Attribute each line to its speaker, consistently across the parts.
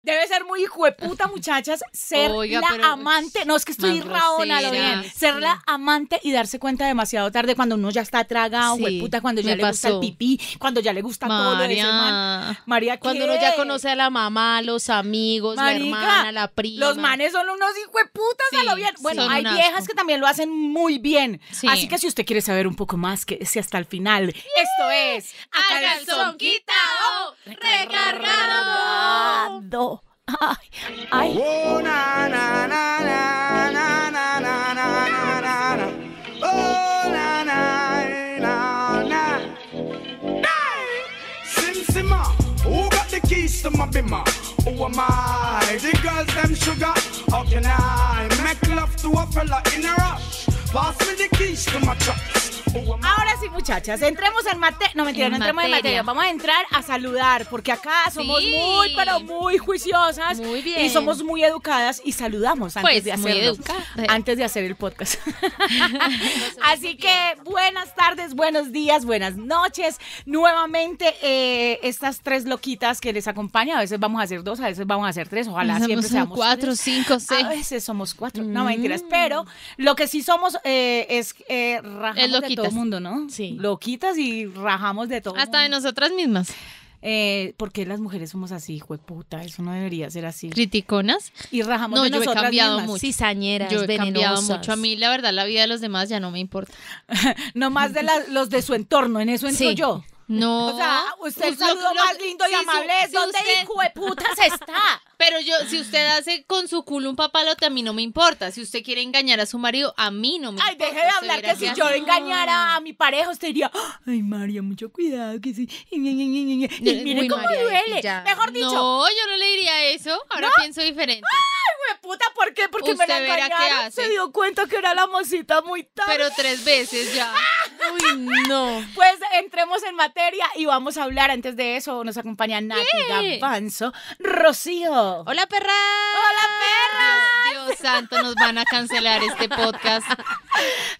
Speaker 1: Debe ser muy hijueputa, muchachas, ser
Speaker 2: Oiga,
Speaker 1: la
Speaker 2: pero-
Speaker 1: amante. No, es que estoy
Speaker 2: Más
Speaker 1: raona, lo
Speaker 2: grosera,
Speaker 1: bien. Ser
Speaker 2: sí.
Speaker 1: la amante y darse cuenta demasiado tarde cuando uno ya está tragado,
Speaker 2: Sí,
Speaker 1: jueputa, cuando ya
Speaker 2: me
Speaker 1: le gusta el
Speaker 2: pasó.
Speaker 1: pipí, cuando ya le gusta todo lo de ese man.
Speaker 2: María.
Speaker 1: María, ¿qué?
Speaker 2: Cuando uno ya conoce a la mamá, los amigos,
Speaker 1: Marica,
Speaker 2: la hermana, la prima.
Speaker 1: Los manes son unos hijueputas a lo
Speaker 2: Sí,
Speaker 1: bien. Bueno,
Speaker 2: son
Speaker 1: hay
Speaker 2: un asco.
Speaker 1: viejas que también lo hacen muy bien.
Speaker 2: Sí.
Speaker 1: Así que si usted quiere saber un poco más, que si hasta el final. Esto es
Speaker 2: ¡A calzón quitado! ¡Recargado!
Speaker 1: Recargado. Ay, ay.
Speaker 3: Oh, na, na, na, na, na, na, na, na, na, na. Oh, na, na, na, na. Hey! Sim Simma, who got the keys to my bimmer? Who am I? The girls them sugar. How can I make love to a fella in a rush? Pass me the keys to my truck. Who am I?
Speaker 1: Ahora sí, muchachas, entremos en materia. No, mentira,
Speaker 2: En
Speaker 1: no entremos en materia.
Speaker 2: materia.
Speaker 1: Vamos a entrar a saludar, porque acá somos
Speaker 2: Sí.
Speaker 1: muy, pero muy juiciosas.
Speaker 2: Muy bien.
Speaker 1: Y somos muy educadas y saludamos antes
Speaker 2: Pues,
Speaker 1: de
Speaker 2: muy
Speaker 1: hacerlo.
Speaker 2: educadas.
Speaker 1: Antes de hacer el podcast. Así que buenas tardes, buenos días, buenas noches. Nuevamente, eh, estas tres loquitas que les acompañan. A veces vamos a hacer dos, a veces vamos a hacer tres. Ojalá siempre seamos
Speaker 2: cuatro,
Speaker 1: tres.
Speaker 2: cinco, seis. Mm.
Speaker 1: A veces somos cuatro, no mentiras, pero lo que sí somos eh, es eh, rajamos
Speaker 2: Es
Speaker 1: de todo
Speaker 2: loquitas.
Speaker 1: mundo, ¿no?
Speaker 2: Sí.
Speaker 1: Loquitas y rajamos de todo
Speaker 2: Hasta de
Speaker 1: mundo.
Speaker 2: nosotras mismas.
Speaker 1: Eh, ¿Por qué las mujeres somos así, hijo de puta? Eso no debería ser así.
Speaker 2: Criticonas.
Speaker 1: Y rajamos
Speaker 2: No,
Speaker 1: de
Speaker 2: yo he
Speaker 1: nosotras
Speaker 2: cambiado
Speaker 1: mismas.
Speaker 2: mucho.
Speaker 4: cizañeras,
Speaker 2: Yo he cambiado
Speaker 4: venenosas.
Speaker 2: mucho. A mí, la verdad, la vida de los demás ya no me importa.
Speaker 1: No más de la- los de su entorno, en eso entro
Speaker 4: Sí.
Speaker 1: yo.
Speaker 2: No.
Speaker 1: O sea, usted el
Speaker 2: Pues lo-
Speaker 1: saludo
Speaker 2: lo-
Speaker 1: más lindo y
Speaker 2: si su-
Speaker 1: amable es
Speaker 2: si
Speaker 1: donde
Speaker 2: usted-
Speaker 1: hijo de putas está.
Speaker 2: Pero yo, si usted hace con su culo un papalote, a mí no me importa. Si usted quiere engañar a su marido, a mí no me
Speaker 1: Ay,
Speaker 2: importa.
Speaker 1: deje de
Speaker 2: Usted
Speaker 1: hablar
Speaker 2: verá
Speaker 1: que si
Speaker 2: hace.
Speaker 1: yo engañara a mi pareja, usted diría, ay, María, mucho cuidado, que sí. Y mire
Speaker 2: Uy,
Speaker 1: cómo
Speaker 2: María,
Speaker 1: duele.
Speaker 2: ya.
Speaker 1: Mejor dicho,
Speaker 2: No, yo no le diría eso. Ahora pienso diferente.
Speaker 1: de puta, ¿por qué? Porque me
Speaker 2: Usted
Speaker 1: la
Speaker 2: verá qué
Speaker 1: engañaron.
Speaker 2: hace.
Speaker 1: Se dio cuenta que era la mocita muy tarde.
Speaker 2: Pero tres veces ya.
Speaker 4: Uy, no.
Speaker 1: Pues entremos en materia y vamos a hablar. Antes de eso, nos acompaña Nati
Speaker 2: ¿Qué?
Speaker 1: Gavanzo, Rocío.
Speaker 4: Hola, perra.
Speaker 2: Dios, Dios santo, nos van a cancelar este podcast.
Speaker 1: Ah,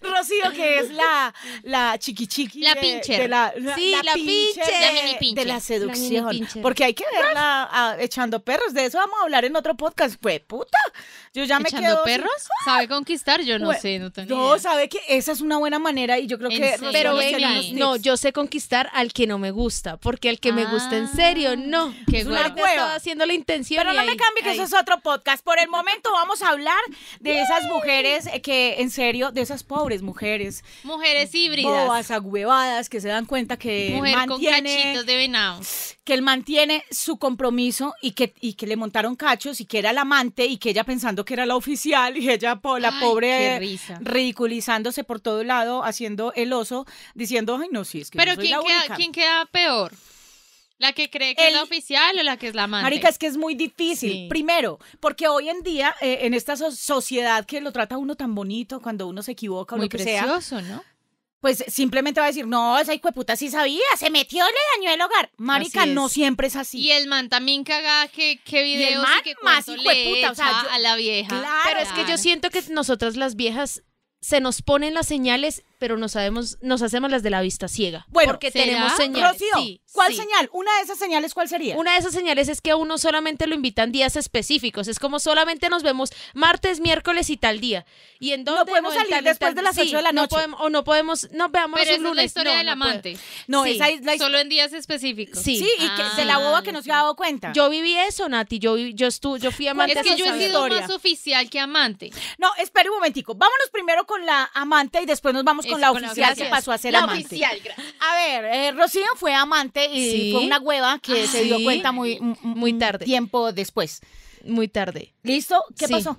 Speaker 1: Rocío, que es la, la chiqui chiqui.
Speaker 2: La
Speaker 1: de-
Speaker 2: pincher.
Speaker 1: De la, la-
Speaker 4: Sí, la pincher.
Speaker 1: de-
Speaker 2: La mini pincher.
Speaker 1: De la seducción.
Speaker 4: La mini pincher.
Speaker 1: Porque hay que verla ah, echando perros. De eso vamos a hablar en otro podcast. Pues puta. Yo ya me
Speaker 2: ¿Echando
Speaker 1: quedo. sin- Pues,
Speaker 2: perros? ¿Sabe conquistar? Yo no
Speaker 1: Bueno,
Speaker 2: sé, no tengo
Speaker 1: No,
Speaker 2: idea.
Speaker 1: sabe que esa es una buena manera y yo creo
Speaker 2: En
Speaker 1: que.
Speaker 2: serio.
Speaker 1: Rocío
Speaker 4: Pero
Speaker 1: nos
Speaker 2: venga,
Speaker 1: tiene unos
Speaker 4: ven,
Speaker 1: tips.
Speaker 4: no, yo sé conquistar al que no me gusta, porque al que me gusta en serio, no.
Speaker 2: Qué
Speaker 4: Es
Speaker 2: bueno.
Speaker 4: una
Speaker 1: hueva.
Speaker 4: Ah, estaba haciendo la intención.
Speaker 1: Pero
Speaker 4: y
Speaker 1: no me
Speaker 4: ahí-
Speaker 1: cambie que
Speaker 4: ahí.
Speaker 1: eso es otro podcast. Por el momento vamos a hablar de esas mujeres eh, que, en serio, de esas pobres mujeres,
Speaker 2: Mujeres híbridas.
Speaker 1: bobas, agüevadas, que se dan cuenta que el
Speaker 2: Mujer
Speaker 1: man
Speaker 2: con
Speaker 1: tiene,
Speaker 2: cachitos de venado.
Speaker 1: que él mantiene su compromiso y que, y que le montaron cachos y que era la amante y que ella pensando que era la oficial y ella, po- la
Speaker 2: Ay,
Speaker 1: pobre,
Speaker 2: qué
Speaker 1: eh,
Speaker 2: risa.
Speaker 1: ridiculizándose por todo lado, haciendo el oso, diciendo, ay, no, sí, es que yo
Speaker 2: Pero
Speaker 1: soy
Speaker 2: ¿quién
Speaker 1: la única".
Speaker 2: queda, ¿quién queda peor? ¿La que cree que es
Speaker 1: El-
Speaker 2: la oficial o la que es la amante?
Speaker 1: Marica, es que es muy difícil.
Speaker 2: Sí.
Speaker 1: Primero, porque hoy en día, eh, en esta so- sociedad que lo trata a uno tan bonito, cuando uno se equivoca o
Speaker 2: muy
Speaker 1: lo que sea,
Speaker 2: precioso, ¿no?
Speaker 1: pues simplemente va a decir, no, esa hijueputa sí sabía, se metió, le dañó el hogar. Marica,
Speaker 2: Así es.
Speaker 1: no siempre es así.
Speaker 2: Y el man también caga que, que
Speaker 1: el
Speaker 2: videos y,
Speaker 1: man
Speaker 2: que
Speaker 1: más
Speaker 2: cuánto
Speaker 1: hijo de
Speaker 2: le
Speaker 1: puta, o sea,
Speaker 2: echa
Speaker 1: yo-
Speaker 2: a la vieja.
Speaker 1: Claro.
Speaker 4: Pero es que yo siento que nosotras las viejas se nos ponen las señales, pero no sabemos, nos hacemos las de la vista ciega.
Speaker 1: Bueno,
Speaker 4: porque
Speaker 2: ¿será?
Speaker 4: tenemos señales.
Speaker 1: Rocío,
Speaker 4: sí,
Speaker 1: ¿cuál
Speaker 4: sí.
Speaker 1: señal? Una de esas señales, ¿cuál sería?
Speaker 4: Una de esas señales es que a uno solamente lo invitan días específicos. Es como solamente nos vemos martes, miércoles y tal día. Y en dónde
Speaker 1: podemos
Speaker 4: en
Speaker 1: salir
Speaker 4: tal y
Speaker 1: después
Speaker 4: tal.
Speaker 1: de las
Speaker 4: Sí,
Speaker 1: ocho de la
Speaker 4: no
Speaker 1: noche.
Speaker 4: podemos- o no podemos, no veamos
Speaker 2: Pero esa
Speaker 4: un
Speaker 2: es la
Speaker 4: lunes.
Speaker 2: historia
Speaker 4: No,
Speaker 2: del
Speaker 4: no puedo.
Speaker 2: amante.
Speaker 1: no,
Speaker 4: sí.
Speaker 1: esa es la
Speaker 2: Solo en días específicos.
Speaker 4: Sí.
Speaker 1: Sí, y que
Speaker 2: Ah.
Speaker 1: de la boba que no se ha dado cuenta.
Speaker 4: Yo viví eso, Nati. Yo, vi- yo, estu- yo fui amante.
Speaker 2: Es
Speaker 1: esa
Speaker 2: que
Speaker 4: sin
Speaker 2: yo he
Speaker 4: saber.
Speaker 2: sido
Speaker 1: historia.
Speaker 2: más oficial que amante.
Speaker 1: No, espere un momentico. Vámonos primero con la amante y después nos vamos con
Speaker 2: Eso,
Speaker 1: la
Speaker 2: con la
Speaker 1: oficial que
Speaker 2: oficial.
Speaker 1: pasó a ser
Speaker 2: La
Speaker 1: amante.
Speaker 2: oficial, gracias.
Speaker 1: A ver, eh, Rocío fue amante y
Speaker 4: Sí.
Speaker 1: fue una hueva que se dio
Speaker 4: Sí.
Speaker 1: cuenta Ah, muy, mm, mm,
Speaker 4: Muy tarde.
Speaker 1: Tiempo después.
Speaker 4: Muy tarde.
Speaker 1: ¿Listo? ¿Qué
Speaker 4: Sí.
Speaker 1: pasó?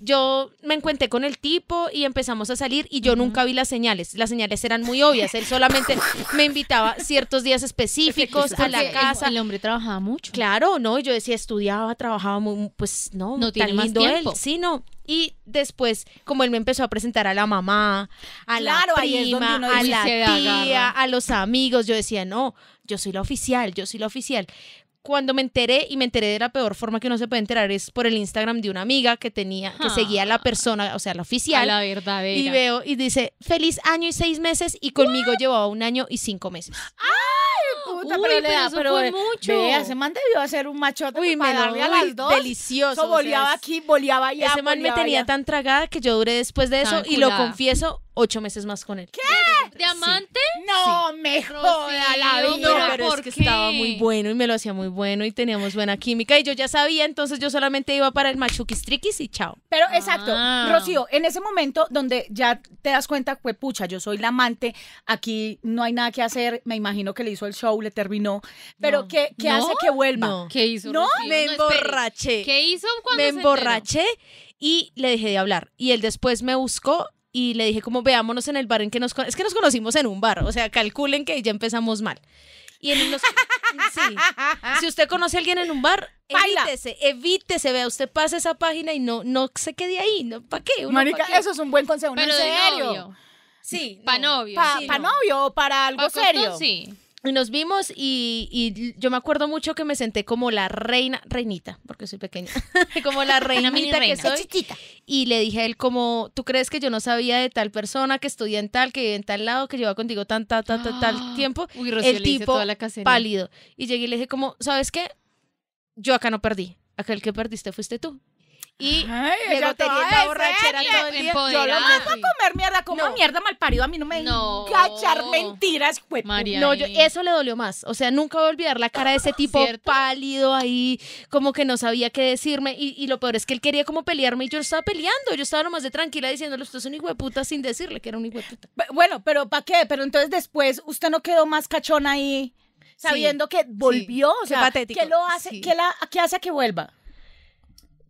Speaker 4: Yo me encuentré con el tipo y empezamos a salir y yo nunca vi las señales. Las señales eran muy obvias. Él solamente me invitaba ciertos días específicos a la casa.
Speaker 2: El, hombre trabajaba mucho.
Speaker 4: Claro, no, yo decía, estudiaba, trabajaba, muy, pues no,
Speaker 2: No tiene
Speaker 4: tan
Speaker 2: más
Speaker 4: lindo
Speaker 2: tiempo.
Speaker 4: él, sí, no. Y después, como él me empezó a presentar a la mamá, a
Speaker 1: Claro,
Speaker 4: la
Speaker 1: ahí es donde
Speaker 4: prima,
Speaker 1: uno
Speaker 4: a
Speaker 1: dice,
Speaker 4: la
Speaker 2: se
Speaker 4: tía,
Speaker 2: agarra.
Speaker 4: a los amigos, yo decía, no, yo soy la oficial, yo soy la oficial. cuando me enteré, y me enteré de la peor forma que uno se puede enterar, es por el Instagram de una amiga que tenía, que
Speaker 2: Ah.
Speaker 4: seguía a la persona, o sea, la
Speaker 2: A
Speaker 4: oficial.
Speaker 2: la verdadera.
Speaker 4: y veo y dice, feliz año y seis meses, y conmigo llevaba un año y cinco meses.
Speaker 1: Puta,
Speaker 2: Uy,
Speaker 1: pero, le
Speaker 2: pero
Speaker 1: da,
Speaker 2: eso
Speaker 1: pero
Speaker 2: fue
Speaker 1: eh,
Speaker 2: mucho.
Speaker 1: Vea, ese man debió hacer un machote
Speaker 4: Uy,
Speaker 1: para
Speaker 4: me
Speaker 1: darle a las dos.
Speaker 4: delicioso.
Speaker 1: Eso
Speaker 4: o sea,
Speaker 1: boleaba
Speaker 4: es-
Speaker 1: aquí, boleaba allá.
Speaker 4: Ese man me
Speaker 1: boleaba
Speaker 4: tenía
Speaker 1: allá.
Speaker 4: tan tragada que yo duré después de eso
Speaker 2: Estaba
Speaker 4: y lo
Speaker 2: culada.
Speaker 4: confieso ocho meses más con él.
Speaker 2: ¿De amante?
Speaker 1: No, me joda la
Speaker 2: Rocío,
Speaker 1: vida.
Speaker 2: pero
Speaker 4: pero
Speaker 2: ¿por
Speaker 4: es que
Speaker 2: qué?
Speaker 4: estaba muy bueno y me lo hacía muy bueno y teníamos buena química y yo ya sabía, entonces yo solamente iba para el machuquistriquis y chao.
Speaker 1: Pero exacto,
Speaker 2: Ah.
Speaker 1: Rocío, en ese momento donde ya te das cuenta, pues pucha, yo soy la amante, aquí no hay nada que hacer, me imagino que le hizo el show, le terminó, pero
Speaker 2: No.
Speaker 1: ¿qué, qué
Speaker 4: ¿No?
Speaker 1: hace que vuelva?
Speaker 4: No.
Speaker 2: ¿Qué hizo?
Speaker 1: No,
Speaker 2: Rocío?
Speaker 4: me
Speaker 2: espere.
Speaker 4: emborraché.
Speaker 2: ¿Qué hizo cuando
Speaker 4: Me
Speaker 2: se enteró?
Speaker 4: emborraché y le dejé de hablar. Y él después me buscó y le dije como veámonos en el bar en que nos... con- Es que nos conocimos en un bar, o sea, calculen que ya empezamos mal. Y en los... sí. Si usted conoce a alguien en un bar,
Speaker 1: Baila.
Speaker 4: evítese, evítese, vea, usted pasa esa página y no, no se quede ahí, ¿no? ¿Para qué? Uno, ¿pa'
Speaker 1: Marica,
Speaker 4: qué?
Speaker 1: eso es un buen consejo, ¿no?
Speaker 2: Pero
Speaker 1: en
Speaker 2: de
Speaker 1: serio.
Speaker 2: novio.
Speaker 4: Sí.
Speaker 2: Pa'
Speaker 4: no.
Speaker 2: novio.
Speaker 1: Para
Speaker 4: Sí, no.
Speaker 1: novio o para algo
Speaker 2: Pa' costón,
Speaker 1: serio.
Speaker 2: sí.
Speaker 4: Y nos vimos y, y yo me acuerdo mucho que me senté como la reina, reinita, porque soy pequeña, como la
Speaker 2: mini
Speaker 4: reinita que
Speaker 2: reina.
Speaker 4: soy. Y le dije a él como, ¿tú crees que yo no sabía de tal persona que estudia en tal, que vive en tal lado, que lleva contigo tan, ta, ta, ta, tal
Speaker 2: Ah.
Speaker 4: tiempo?
Speaker 2: Uy, Rocío
Speaker 4: el
Speaker 2: le hice
Speaker 4: tipo
Speaker 2: toda la cacería.
Speaker 4: pálido. Y llegué y le dije como, ¿sabes qué? Yo acá no perdí. Aquel que perdiste fuiste tú. Y
Speaker 1: Ay,
Speaker 4: llegó
Speaker 1: ella toda
Speaker 4: teniendo
Speaker 1: decente.
Speaker 4: borrachera todo el día.
Speaker 1: Yo lo
Speaker 2: Empoderada.
Speaker 1: mando a comer mierda, como
Speaker 4: No.
Speaker 1: mierda mal parido, a mí no me
Speaker 2: No.
Speaker 1: engachar mentiras, güey.
Speaker 2: María.
Speaker 4: No, yo-
Speaker 2: ahí.
Speaker 4: eso le dolió más. O sea, nunca voy a olvidar la cara de ese tipo
Speaker 2: ¿Cierto?
Speaker 4: pálido ahí, como que no sabía qué decirme. Y, y lo peor es que él quería como pelearme y yo estaba peleando. Yo estaba nomás de tranquila diciéndole, usted es un hijo de puta sin decirle que era un hijo de puta.
Speaker 1: Pe- Bueno, pero ¿para qué? Pero entonces después usted no quedó más cachón ahí sabiendo que volvió, o
Speaker 4: Qué
Speaker 1: sea,
Speaker 4: patético.
Speaker 1: ¿qué lo hace?
Speaker 4: Sí.
Speaker 1: ¿Qué la qué hace que vuelva?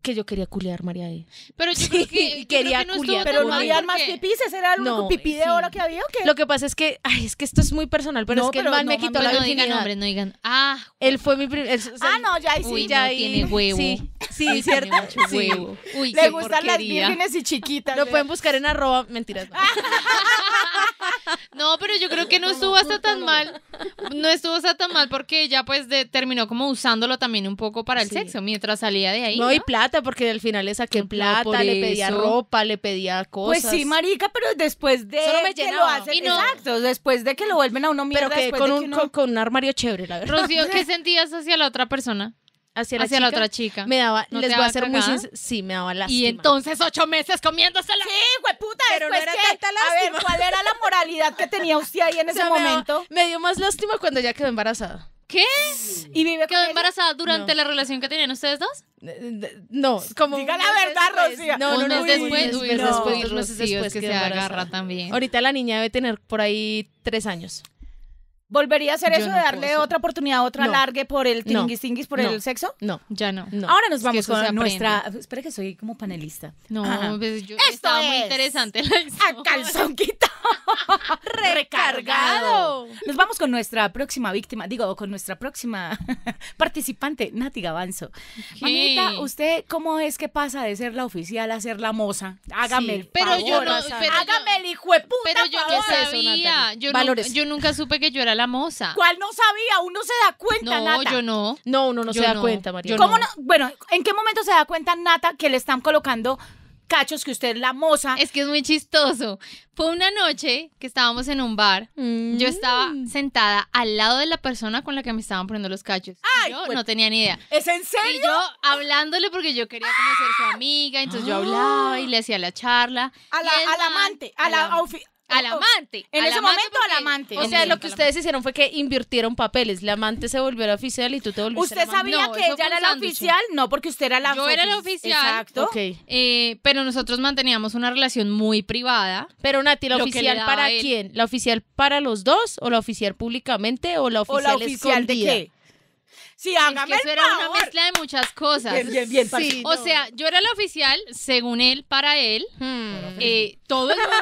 Speaker 4: Que yo quería culear, María. E.
Speaker 2: Pero yo
Speaker 4: Sí,
Speaker 2: creo que.
Speaker 4: y
Speaker 2: yo creo
Speaker 4: quería
Speaker 2: que no estuvo
Speaker 4: culiar,
Speaker 2: tan
Speaker 1: Pero no
Speaker 2: mal
Speaker 1: había más
Speaker 2: porque-
Speaker 1: pipí, ese era el único
Speaker 4: No,
Speaker 1: pipí de
Speaker 4: sí.
Speaker 1: oro que había o qué?
Speaker 4: Lo que pasa es que, ay, es que esto es muy personal, pero
Speaker 1: No,
Speaker 4: es que
Speaker 1: pero
Speaker 4: el man
Speaker 1: no,
Speaker 4: me quitó
Speaker 1: mami,
Speaker 4: la
Speaker 2: Pero no digan
Speaker 4: virginidad.
Speaker 2: hombre, no digan. Ah,
Speaker 4: él fue mi primer. él- o sea,
Speaker 1: Ah, no, ya ahí sí.
Speaker 2: uy,
Speaker 4: ya
Speaker 2: no
Speaker 4: ahí-
Speaker 2: tiene huevo.
Speaker 4: Sí, sí,
Speaker 2: uy, tiene
Speaker 4: ¿cierto?
Speaker 2: mucho
Speaker 4: Sí.
Speaker 2: huevo. Uy,
Speaker 1: Le
Speaker 2: qué
Speaker 1: gustan las
Speaker 2: porquería.
Speaker 1: vírgenes y chiquitas.
Speaker 4: Lo
Speaker 1: le-
Speaker 4: pueden buscar en arroba, mentiras. no.
Speaker 2: No, pero yo creo que no estuvo hasta tan mal. No estuvo hasta tan mal porque ella pues de- terminó como usándolo también un poco para el
Speaker 4: Sí.
Speaker 2: sexo mientras salía de ahí.
Speaker 4: No,
Speaker 2: ¿no?
Speaker 4: y plata, porque al final le saqué plata,
Speaker 2: por
Speaker 4: le pedía
Speaker 2: eso.
Speaker 4: ropa, le pedía cosas.
Speaker 1: Pues sí, marica, pero después de
Speaker 4: Solo me
Speaker 1: que lo
Speaker 4: llenaba.
Speaker 1: hacen,
Speaker 2: Y no-
Speaker 1: exacto, después de que lo vuelven a uno mierda,
Speaker 4: Pero que
Speaker 1: después
Speaker 4: con
Speaker 1: de
Speaker 4: un,
Speaker 1: que uno-
Speaker 4: con, con un armario chévere, la verdad.
Speaker 2: Rocío, ¿qué sentías hacia la otra persona?
Speaker 4: Hacia la,
Speaker 2: Hacia
Speaker 4: chica,
Speaker 2: la otra chica.
Speaker 4: Me daba,
Speaker 2: ¿No
Speaker 4: les
Speaker 2: te
Speaker 4: voy a
Speaker 2: daba
Speaker 4: ser muy
Speaker 2: cagada?
Speaker 4: sincera. Sí, me daba lástima.
Speaker 2: Y entonces ocho meses comiéndosela.
Speaker 1: Sí, hueputa,
Speaker 4: Pero no
Speaker 1: después
Speaker 4: era
Speaker 1: que-
Speaker 4: tanta
Speaker 1: A ver,
Speaker 4: lástima.
Speaker 1: ¿cuál era la moralidad que tenía usted ahí en
Speaker 4: O
Speaker 1: ese
Speaker 4: sea, me daba-
Speaker 1: momento?
Speaker 4: Me, dio más lástima cuando ya quedó embarazada.
Speaker 2: ¿Qué?
Speaker 1: Y vive con
Speaker 2: ¿Quedó
Speaker 1: él.
Speaker 2: embarazada durante
Speaker 4: No.
Speaker 2: la relación que tenían ustedes dos?
Speaker 4: No, como.
Speaker 1: Diga
Speaker 4: un
Speaker 1: la
Speaker 4: mes
Speaker 1: verdad,
Speaker 4: después.
Speaker 1: Rocío.
Speaker 4: No,
Speaker 1: Un
Speaker 4: no,
Speaker 2: Unos
Speaker 4: no,
Speaker 1: mes
Speaker 4: un
Speaker 2: después,
Speaker 4: mes
Speaker 2: uy,
Speaker 4: después,
Speaker 1: no.
Speaker 4: después, dos meses
Speaker 2: Rocío,
Speaker 4: después
Speaker 2: es que
Speaker 4: quedó
Speaker 2: se
Speaker 4: embarazada.
Speaker 2: agarra también.
Speaker 4: Ahorita la niña debe tener por ahí tres años.
Speaker 1: ¿Volvería a hacer
Speaker 2: Yo
Speaker 1: eso
Speaker 2: no
Speaker 1: de
Speaker 2: puedo
Speaker 1: darle
Speaker 2: hacer.
Speaker 1: otra oportunidad, otra
Speaker 4: No.
Speaker 1: largue por el
Speaker 4: No.
Speaker 1: tinguis tinguis, por
Speaker 4: No.
Speaker 1: el sexo?
Speaker 4: No,
Speaker 2: Ya no.
Speaker 4: no.
Speaker 1: Ahora nos
Speaker 2: Es que
Speaker 1: vamos
Speaker 2: eso se
Speaker 1: con
Speaker 2: aprende.
Speaker 1: nuestra. Espera que soy como panelista. Ajá.
Speaker 2: No, pues yo
Speaker 1: Esto
Speaker 2: estaba muy
Speaker 1: es-
Speaker 2: interesante la
Speaker 1: A calzón quitado. Recargado. Nos vamos con nuestra próxima víctima, digo, con nuestra próxima participante, Nati Gavanzo. Mamita, ¿usted cómo es que pasa de ser la oficial a ser la moza? Hágame
Speaker 4: Sí,
Speaker 1: el
Speaker 2: pero yo
Speaker 1: favor.
Speaker 2: no- pero yo-
Speaker 1: Hágame el hijo de puta
Speaker 2: Pero yo
Speaker 1: favor.
Speaker 2: no
Speaker 4: ¿Qué es eso,
Speaker 2: sabía.
Speaker 4: Natalie?
Speaker 2: yo, nu-
Speaker 4: Valores.
Speaker 2: yo nunca supe que yo era la moza.
Speaker 1: ¿Cuál no sabía? Uno se da cuenta,
Speaker 2: No,
Speaker 1: Nata.
Speaker 2: yo no.
Speaker 4: No, uno no
Speaker 2: Yo
Speaker 4: se da
Speaker 2: no.
Speaker 4: cuenta, María.
Speaker 2: Yo
Speaker 1: ¿Cómo no? Bueno, ¿en qué momento se da cuenta Nata que le están colocando cachos que usted es la moza?
Speaker 2: Es que es muy chistoso. Fue una noche que estábamos en un bar.
Speaker 4: Mm.
Speaker 2: Yo estaba sentada al lado de la persona con la que me estaban poniendo los cachos.
Speaker 1: Ay,
Speaker 2: yo
Speaker 1: pues-
Speaker 2: no tenía ni idea.
Speaker 1: ¿Es en serio?
Speaker 2: Y yo hablándole porque yo quería conocer su amiga, entonces yo hablaba y le hacía la charla.
Speaker 1: a la,
Speaker 2: Y el
Speaker 1: al
Speaker 2: man-
Speaker 1: amante, a la,
Speaker 2: al am-
Speaker 1: ofi-
Speaker 2: al amante.
Speaker 1: En
Speaker 2: al
Speaker 1: ese
Speaker 2: amante
Speaker 1: momento,
Speaker 2: porque-
Speaker 1: al amante.
Speaker 4: O
Speaker 1: En
Speaker 4: sea,
Speaker 1: el-
Speaker 4: lo que ustedes hicieron fue que invirtieron papeles. La amante se volvió la oficial y tú te volviste
Speaker 1: ¿Usted
Speaker 4: la amante.
Speaker 1: sabía
Speaker 2: No,
Speaker 1: que
Speaker 2: eso
Speaker 1: ella
Speaker 2: fue
Speaker 1: era
Speaker 2: un
Speaker 1: la
Speaker 2: sándwich.
Speaker 1: oficial? No, porque usted era la
Speaker 2: Yo era la
Speaker 1: ofici-
Speaker 2: oficial.
Speaker 1: Exacto.
Speaker 4: Ok.
Speaker 2: Eh, pero nosotros manteníamos una relación muy privada.
Speaker 4: Pero Nati, ¿la
Speaker 2: Lo que le
Speaker 4: oficial
Speaker 2: daba
Speaker 4: para
Speaker 2: él.
Speaker 4: quién? ¿La oficial para los dos o la oficial públicamente o la
Speaker 1: ¿O
Speaker 4: oficial,
Speaker 1: la oficial de
Speaker 4: escondida?
Speaker 1: qué? Sí,
Speaker 2: Es que
Speaker 1: hágame
Speaker 2: eso
Speaker 1: el
Speaker 2: era una
Speaker 1: favor.
Speaker 2: mezcla de muchas cosas.
Speaker 1: Bien, bien, bien, parce.
Speaker 4: Sí.
Speaker 2: O
Speaker 4: no.
Speaker 2: sea, yo era la oficial, según él, para él.
Speaker 4: Hmm.
Speaker 2: Eh, todo el mundo.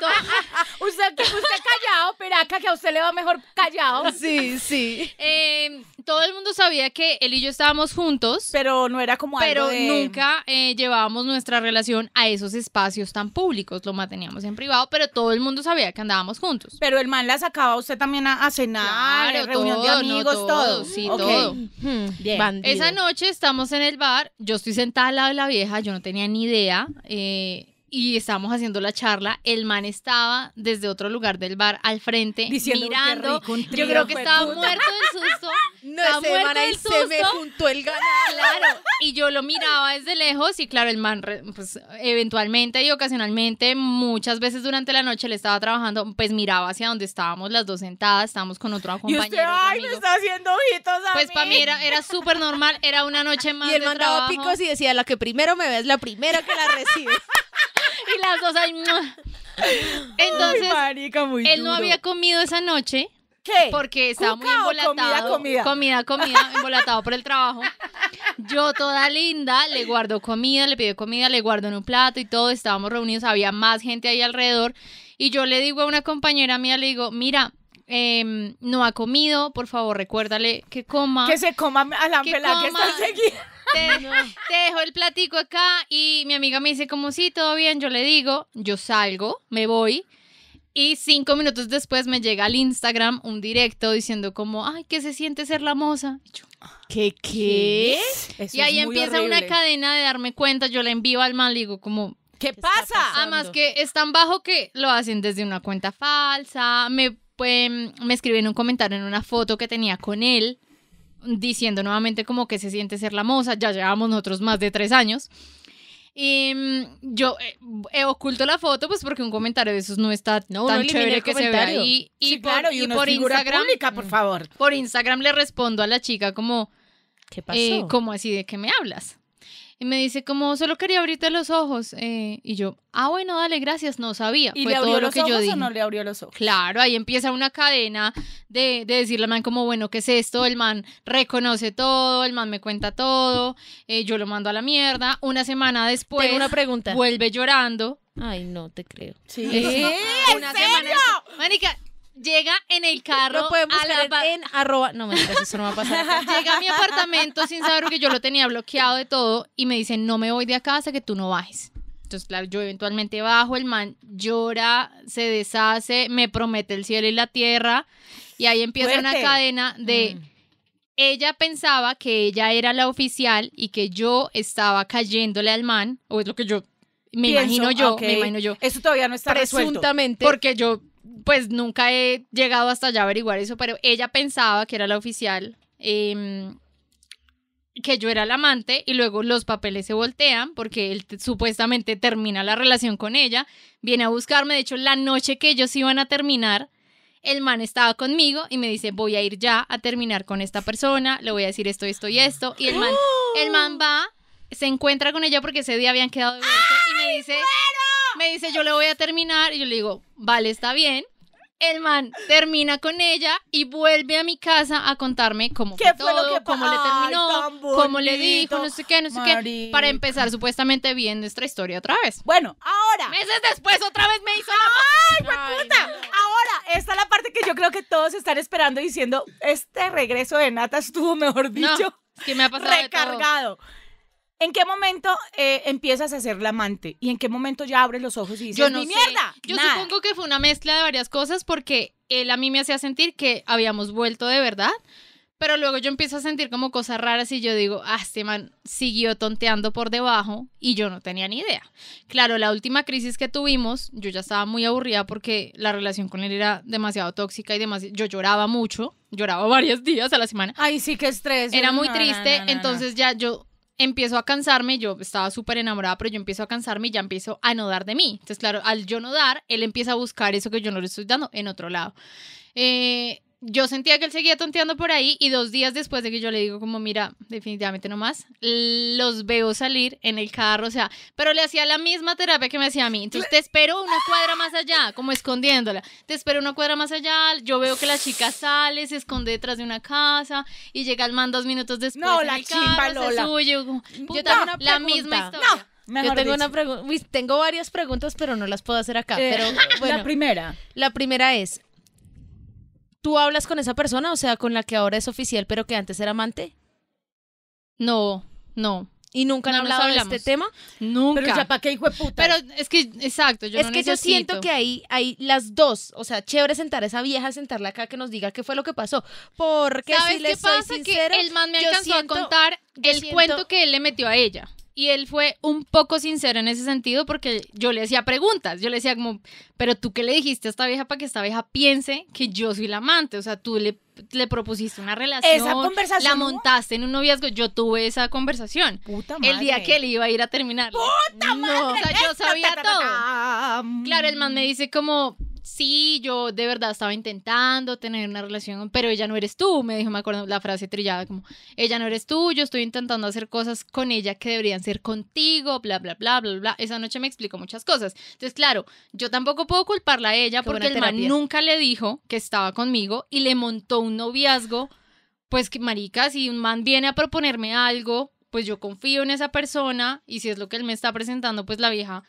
Speaker 2: to-
Speaker 1: Usted, usted callado, peraca, que a usted le va mejor callado.
Speaker 4: Sí, sí.
Speaker 2: eh, todo el mundo sabía que él y yo estábamos juntos,
Speaker 1: Pero no era como
Speaker 2: pero
Speaker 1: algo de-
Speaker 2: nunca eh, llevábamos nuestra relación a esos espacios tan públicos. Lo manteníamos en privado, pero todo el mundo sabía que andábamos juntos.
Speaker 1: Pero el man la sacaba a usted también a, a cenar, eh,
Speaker 2: Claro,
Speaker 1: Ah, reunión de
Speaker 2: todo, no,
Speaker 1: amigos,
Speaker 2: todo,
Speaker 1: todo.
Speaker 2: sí,
Speaker 1: Ok.
Speaker 2: todo.
Speaker 4: Hmm,
Speaker 1: Bien.
Speaker 4: Bandido.
Speaker 2: Eh, Esa noche estamos en el bar, yo estoy sentada al lado de la vieja, yo no tenía ni idea, eh, y estábamos haciendo la charla, el man estaba desde otro lugar del bar al frente,
Speaker 1: Diciendo, "Uy, qué
Speaker 2: mirando,
Speaker 1: rico, un
Speaker 2: yo
Speaker 1: trío,
Speaker 2: creo que
Speaker 1: fue
Speaker 2: estaba
Speaker 1: puta".
Speaker 2: muerto del susto,
Speaker 4: No,
Speaker 2: estaba
Speaker 4: ese man
Speaker 2: muerto
Speaker 4: ahí
Speaker 2: del
Speaker 4: se me
Speaker 2: susto.
Speaker 4: juntó el ganado.
Speaker 2: Claro, y yo lo miraba desde lejos y claro, el man re- pues eventualmente y ocasionalmente muchas veces durante la noche le estaba trabajando, pues miraba hacia donde estábamos las dos sentadas, estábamos con otro
Speaker 1: Y
Speaker 2: compañero.
Speaker 1: usted,
Speaker 2: otro
Speaker 1: ay, me
Speaker 2: amigo".
Speaker 1: está haciendo ojitos a
Speaker 2: Pues para mí era, era súper normal, era una noche más
Speaker 4: Y él
Speaker 2: de
Speaker 4: mandaba
Speaker 2: trabajo.
Speaker 4: picos y decía, la que primero me ve es la primera que la recibe.
Speaker 2: Y las dos ahí. ¡mua! Entonces,
Speaker 1: Ay, marica, muy
Speaker 2: él no
Speaker 1: duro.
Speaker 2: había comido esa noche
Speaker 1: ¿Qué?
Speaker 2: porque estaba muy
Speaker 1: ¿Cuca o comida,
Speaker 2: embolatado.
Speaker 1: comida?
Speaker 2: comida, comida, embolatado por el trabajo. Yo toda linda, le guardo comida, le pido comida, le guardo en un plato y todo. Estábamos reunidos, había más gente ahí alrededor. Y yo le digo a una compañera mía, le digo, mira, em, no ha comido, por favor, recuérdale que coma.
Speaker 1: Que se coma a la
Speaker 2: Que
Speaker 1: pelada que está
Speaker 2: coma.
Speaker 1: seguida.
Speaker 2: te, te dejo el platico acá y mi amiga me dice como sí, todo bien, yo le digo, yo salgo, me voy y cinco minutos después me llega al Instagram un directo diciendo como, ay, ¿qué se siente ser la moza? Y yo,
Speaker 4: ¿Qué qué?
Speaker 2: y ahí empieza una cadena de darme cuenta, yo le envío al man, le digo como,
Speaker 1: ¿Qué pasa?
Speaker 2: además que es tan bajo que lo hacen desde una cuenta falsa, me, pues, me escriben un comentario en una foto que tenía con él diciendo nuevamente como que se siente ser la moza, ya llevamos nosotros más de tres años. Y mm, yo eh, eh, oculto la foto pues porque un comentario de esos no está
Speaker 4: No, uno
Speaker 2: tan
Speaker 4: elimina
Speaker 2: chévere
Speaker 4: el
Speaker 2: que se vea
Speaker 4: comentario.
Speaker 2: ahí. Y
Speaker 1: Sí,
Speaker 2: por,
Speaker 1: claro, y, mm.
Speaker 2: y
Speaker 1: una
Speaker 2: por
Speaker 1: figura
Speaker 2: Instagram,
Speaker 1: pública, por favor.
Speaker 2: por Instagram le respondo a la chica como,
Speaker 4: ¿Qué pasó?
Speaker 2: eh, ¿cómo así de qué me hablas? Y me dice como, solo quería abrirte los ojos. eh, y yo, ah, bueno, dale, gracias, no sabía.
Speaker 1: ¿Y
Speaker 2: Fue
Speaker 1: le abrió
Speaker 2: todo
Speaker 1: los
Speaker 2: lo que
Speaker 1: ojos
Speaker 2: yo dije.
Speaker 1: o no le abrió los ojos?
Speaker 2: Claro, ahí empieza una cadena de, de decirle al man como, bueno, ¿qué es esto? El man reconoce todo, el man me cuenta todo, eh, yo lo mando a la mierda. Una semana después
Speaker 4: Tengo una pregunta.
Speaker 2: vuelve llorando. Eh,
Speaker 4: Ay, no te creo.
Speaker 1: Sí.
Speaker 2: Una semana después- Marica, llega en el carro
Speaker 4: No podemos
Speaker 2: a la
Speaker 4: buscar
Speaker 2: ba-
Speaker 4: en, en arroba. No, mentiras, eso no va a pasar.
Speaker 2: Llega a mi apartamento sin saber que yo lo tenía bloqueado de todo y me dice, no me voy de acá hasta que tú no bajes. Entonces, claro, yo eventualmente bajo, el man llora, se deshace, me promete el cielo y la tierra y ahí empieza una
Speaker 1: Fuerte. Mm.
Speaker 2: cadena de... Ella pensaba que ella era la oficial y que yo estaba cayéndole al man, o es lo que yo me
Speaker 1: Pienso,
Speaker 2: imagino yo,
Speaker 1: ok.
Speaker 2: me imagino yo.
Speaker 1: Eso todavía no está resuelto.
Speaker 4: Presuntamente.
Speaker 2: Porque yo, pues nunca he llegado hasta allá a averiguar eso, pero ella pensaba que era la oficial, eh, que yo era la amante, y luego los papeles se voltean porque él t- supuestamente termina la relación con ella, viene a buscarme, de hecho la noche que ellos iban a terminar. El man estaba conmigo y me dice, voy a ir ya a terminar con esta persona, le voy a decir esto, esto y esto. Y el man, el man va, se encuentra con ella porque ese día habían quedado de verse y me dice, me dice, yo le voy a terminar. Y yo le digo, vale, está bien. El man termina con ella y vuelve a mi casa a contarme cómo
Speaker 1: ¿Qué
Speaker 2: fue
Speaker 1: fue lo
Speaker 2: todo,
Speaker 1: que pa-
Speaker 2: cómo le
Speaker 1: Ay,
Speaker 2: terminó,
Speaker 1: tan
Speaker 2: cómo le dijo,
Speaker 1: bonito,
Speaker 2: no sé qué, no sé qué.
Speaker 1: Mari.
Speaker 2: Para empezar supuestamente bien nuestra historia otra vez.
Speaker 1: Bueno, ahora.
Speaker 2: Meses después otra vez me hizo
Speaker 1: ¡Ay,
Speaker 2: la...
Speaker 1: fue puta! Ahora, esta es la parte que yo creo que todos están esperando diciendo, este regreso de Nata estuvo, mejor
Speaker 2: No,
Speaker 1: dicho,
Speaker 2: es que me ha pasado de todo.
Speaker 1: recargado. ¿En qué momento eh, empiezas a ser la amante? ¿Y en qué momento ya abres los ojos y dices,
Speaker 2: Yo no
Speaker 1: "Ni
Speaker 2: sé.
Speaker 1: mierda!
Speaker 2: Yo
Speaker 1: nada"?
Speaker 2: supongo que fue una mezcla de varias cosas porque él a mí me hacía sentir que habíamos vuelto de verdad, pero luego yo empiezo a sentir como cosas raras y yo digo, ah, este man siguió tonteando por debajo y yo no tenía ni idea. Claro, la última crisis que tuvimos, yo ya estaba muy aburrida porque la relación con él era demasiado tóxica y demasiado... Yo lloraba mucho, lloraba varios días a la semana
Speaker 1: Ay, sí, qué estrés.
Speaker 2: era
Speaker 1: No,
Speaker 2: muy
Speaker 1: no, no,
Speaker 2: triste,
Speaker 1: no, no,
Speaker 2: entonces ya yo empiezo a cansarme, yo estaba súper enamorada, pero yo empiezo a cansarme y ya empiezo a no dar de mí. Entonces, claro, al yo no dar, él empieza a buscar eso que yo no le estoy dando en otro lado. Eh, yo sentía que él seguía tonteando por ahí y dos días después de que yo le digo como, mira, definitivamente no más, los veo salir en el carro, o sea, pero le hacía la misma terapia que me hacía a mí. Entonces, te espero una cuadra más allá, como escondiéndola. Te espero una cuadra más allá, yo veo que la chica sale, se esconde detrás de una casa y llega al man dos minutos después.
Speaker 1: No,
Speaker 2: en
Speaker 1: la
Speaker 2: el
Speaker 1: chimba,
Speaker 2: carro, se
Speaker 1: Lola.
Speaker 2: sube, yo como, puta,
Speaker 4: tengo una
Speaker 2: la
Speaker 4: pregunta.
Speaker 2: misma
Speaker 4: No.
Speaker 2: historia.
Speaker 1: no.
Speaker 4: Yo
Speaker 1: Mejor
Speaker 4: tengo
Speaker 1: dicho.
Speaker 4: una pregunta. Uy, Tengo varias preguntas, pero no las puedo hacer acá.
Speaker 1: Eh,
Speaker 4: pero bueno,
Speaker 1: La primera.
Speaker 4: la primera es: ¿Tú hablas con esa persona, o sea, con la que ahora es oficial, pero que antes era amante?
Speaker 2: No, no.
Speaker 4: ¿Y nunca han
Speaker 2: No nos
Speaker 4: hablado de
Speaker 2: hablamos.
Speaker 4: este tema?
Speaker 2: Nunca.
Speaker 1: Pero ya, ¿para qué hijo de puta?
Speaker 2: Pero es que, exacto, yo
Speaker 4: es
Speaker 2: no
Speaker 4: que yo siento
Speaker 2: necesito.
Speaker 4: que ahí hay las dos. O sea, chévere sentar a esa vieja, sentarla acá que nos diga qué fue lo que pasó. Porque
Speaker 2: ¿Sabes
Speaker 4: si les
Speaker 2: qué
Speaker 4: soy
Speaker 2: pasa?
Speaker 4: sincera,
Speaker 2: que el man me
Speaker 4: yo
Speaker 2: alcanzó
Speaker 4: siento-
Speaker 2: a contar
Speaker 4: yo
Speaker 2: el
Speaker 4: siento-
Speaker 2: cuento que él le metió a ella. Y él fue un poco sincero en ese sentido porque yo le hacía preguntas. Yo le decía como, pero tú qué le dijiste a esta vieja para que esta vieja piense que yo soy la amante. O sea, tú le, le propusiste una relación.
Speaker 1: Esa conversación,
Speaker 2: La
Speaker 1: ¿no?
Speaker 2: montaste en un noviazgo. Yo tuve esa conversación.
Speaker 1: Puta
Speaker 2: El día que él iba a ir a terminar. ¡Puta O sea, yo sabía todo. Claro, el man me dice como, sí, yo de verdad estaba intentando tener una relación, pero ella no eres tú, me dijo, me acuerdo la frase trillada como, ella no eres tú, yo estoy intentando hacer cosas con ella que deberían ser contigo, bla, bla, bla, bla, bla. Esa noche me explicó muchas cosas. Entonces, claro, yo tampoco puedo culparla a ella
Speaker 4: Qué
Speaker 2: porque
Speaker 4: buena
Speaker 2: el man
Speaker 4: terapia.
Speaker 2: nunca le dijo que estaba conmigo y le montó un noviazgo. Pues que marica, si un man viene a proponerme algo, pues yo confío en esa persona y si es lo que él me está presentando, pues la vieja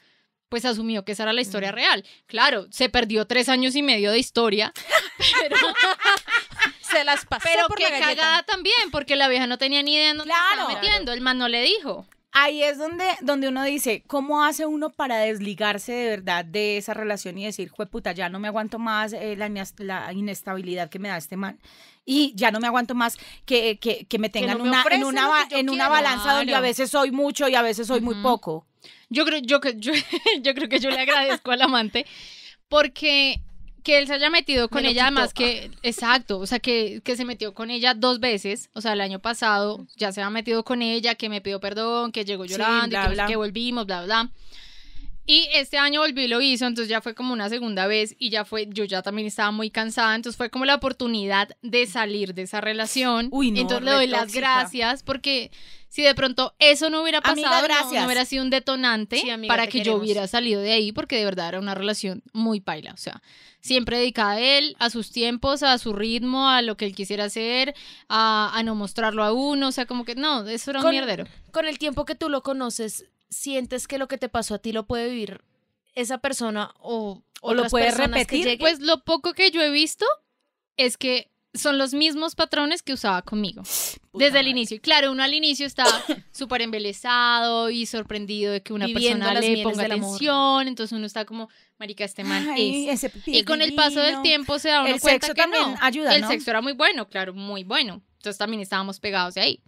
Speaker 2: pues asumió que esa era la historia real. Claro, se perdió tres años y medio de historia,
Speaker 4: Se las pasé
Speaker 2: pero
Speaker 4: por
Speaker 2: que
Speaker 4: la galleta.
Speaker 2: cagada también, porque la vieja no tenía ni idea en dónde se
Speaker 1: Claro.
Speaker 2: estaba metiendo, el man no le dijo.
Speaker 1: Ahí es donde, donde uno dice, ¿cómo hace uno para desligarse de verdad de esa relación y decir, puta, ya no me aguanto más eh, la, inas- la inestabilidad que me da este man? Y ya no me aguanto más que, que, que me tengan
Speaker 4: no me
Speaker 1: una, en
Speaker 4: ofrecen
Speaker 1: una,
Speaker 4: lo
Speaker 1: ba-
Speaker 4: que yo
Speaker 1: en una
Speaker 4: quiero.
Speaker 1: balanza donde a
Speaker 2: Claro.
Speaker 1: veces soy mucho y a veces soy muy poco.
Speaker 2: Yo creo, yo, que- yo, yo creo que yo le agradezco al amante porque que él se haya metido con
Speaker 4: Me lo
Speaker 2: ella,
Speaker 4: quitó.
Speaker 2: además que, exacto, o sea, que, que se metió con ella dos veces, o sea, el año pasado ya se había metido con ella, que me pidió perdón, que llegó
Speaker 1: Sí,
Speaker 2: llorando, y
Speaker 1: bla,
Speaker 2: que, no sé
Speaker 1: bla.
Speaker 2: qué, volvimos, bla, bla. Y este año volvió y lo hizo, entonces ya fue como una segunda vez y ya fue, yo ya también estaba muy cansada, entonces fue como la oportunidad de salir de esa relación.
Speaker 1: Uy, no,
Speaker 2: entonces le doy
Speaker 1: re
Speaker 2: las
Speaker 1: tóxica.
Speaker 2: gracias porque si de pronto eso no hubiera pasado,
Speaker 1: Amiga,
Speaker 2: no-
Speaker 1: gracias.
Speaker 2: no hubiera sido un detonante
Speaker 4: Sí, amiga,
Speaker 2: para
Speaker 4: te
Speaker 2: que yo
Speaker 4: queremos.
Speaker 2: hubiera salido de ahí, porque de verdad era una relación muy paila. O sea, siempre dedicada a él, a sus tiempos, a su ritmo, a lo que él quisiera hacer, a, a no mostrarlo a uno. O sea, como que no, eso era un
Speaker 4: Con-
Speaker 2: mierdero.
Speaker 4: Con el tiempo que tú lo conoces, ¿sientes que lo que te pasó a ti lo puede vivir esa persona o,
Speaker 1: O lo
Speaker 4: otras
Speaker 1: puede
Speaker 4: personas que
Speaker 1: repetir,
Speaker 4: lleguen?
Speaker 2: Pues lo poco que yo he visto es que son los mismos patrones que usaba conmigo desde el inicio. Y claro, uno al inicio está súper embelesado y sorprendido de que una
Speaker 4: Viviendo
Speaker 2: persona
Speaker 4: las
Speaker 2: le
Speaker 4: mieles
Speaker 2: ponga
Speaker 4: del amor.
Speaker 2: atención, entonces uno está como, marica, este man es.
Speaker 1: Ay, ese pipí
Speaker 2: Y
Speaker 1: es
Speaker 2: con el paso del
Speaker 1: divino.
Speaker 2: tiempo se da uno
Speaker 1: El
Speaker 2: cuenta
Speaker 1: sexo
Speaker 2: que
Speaker 1: también
Speaker 2: no.
Speaker 1: ayuda,
Speaker 2: el
Speaker 1: ¿no?
Speaker 2: sexo era muy bueno, claro, muy bueno. Entonces también estábamos pegados de ahí.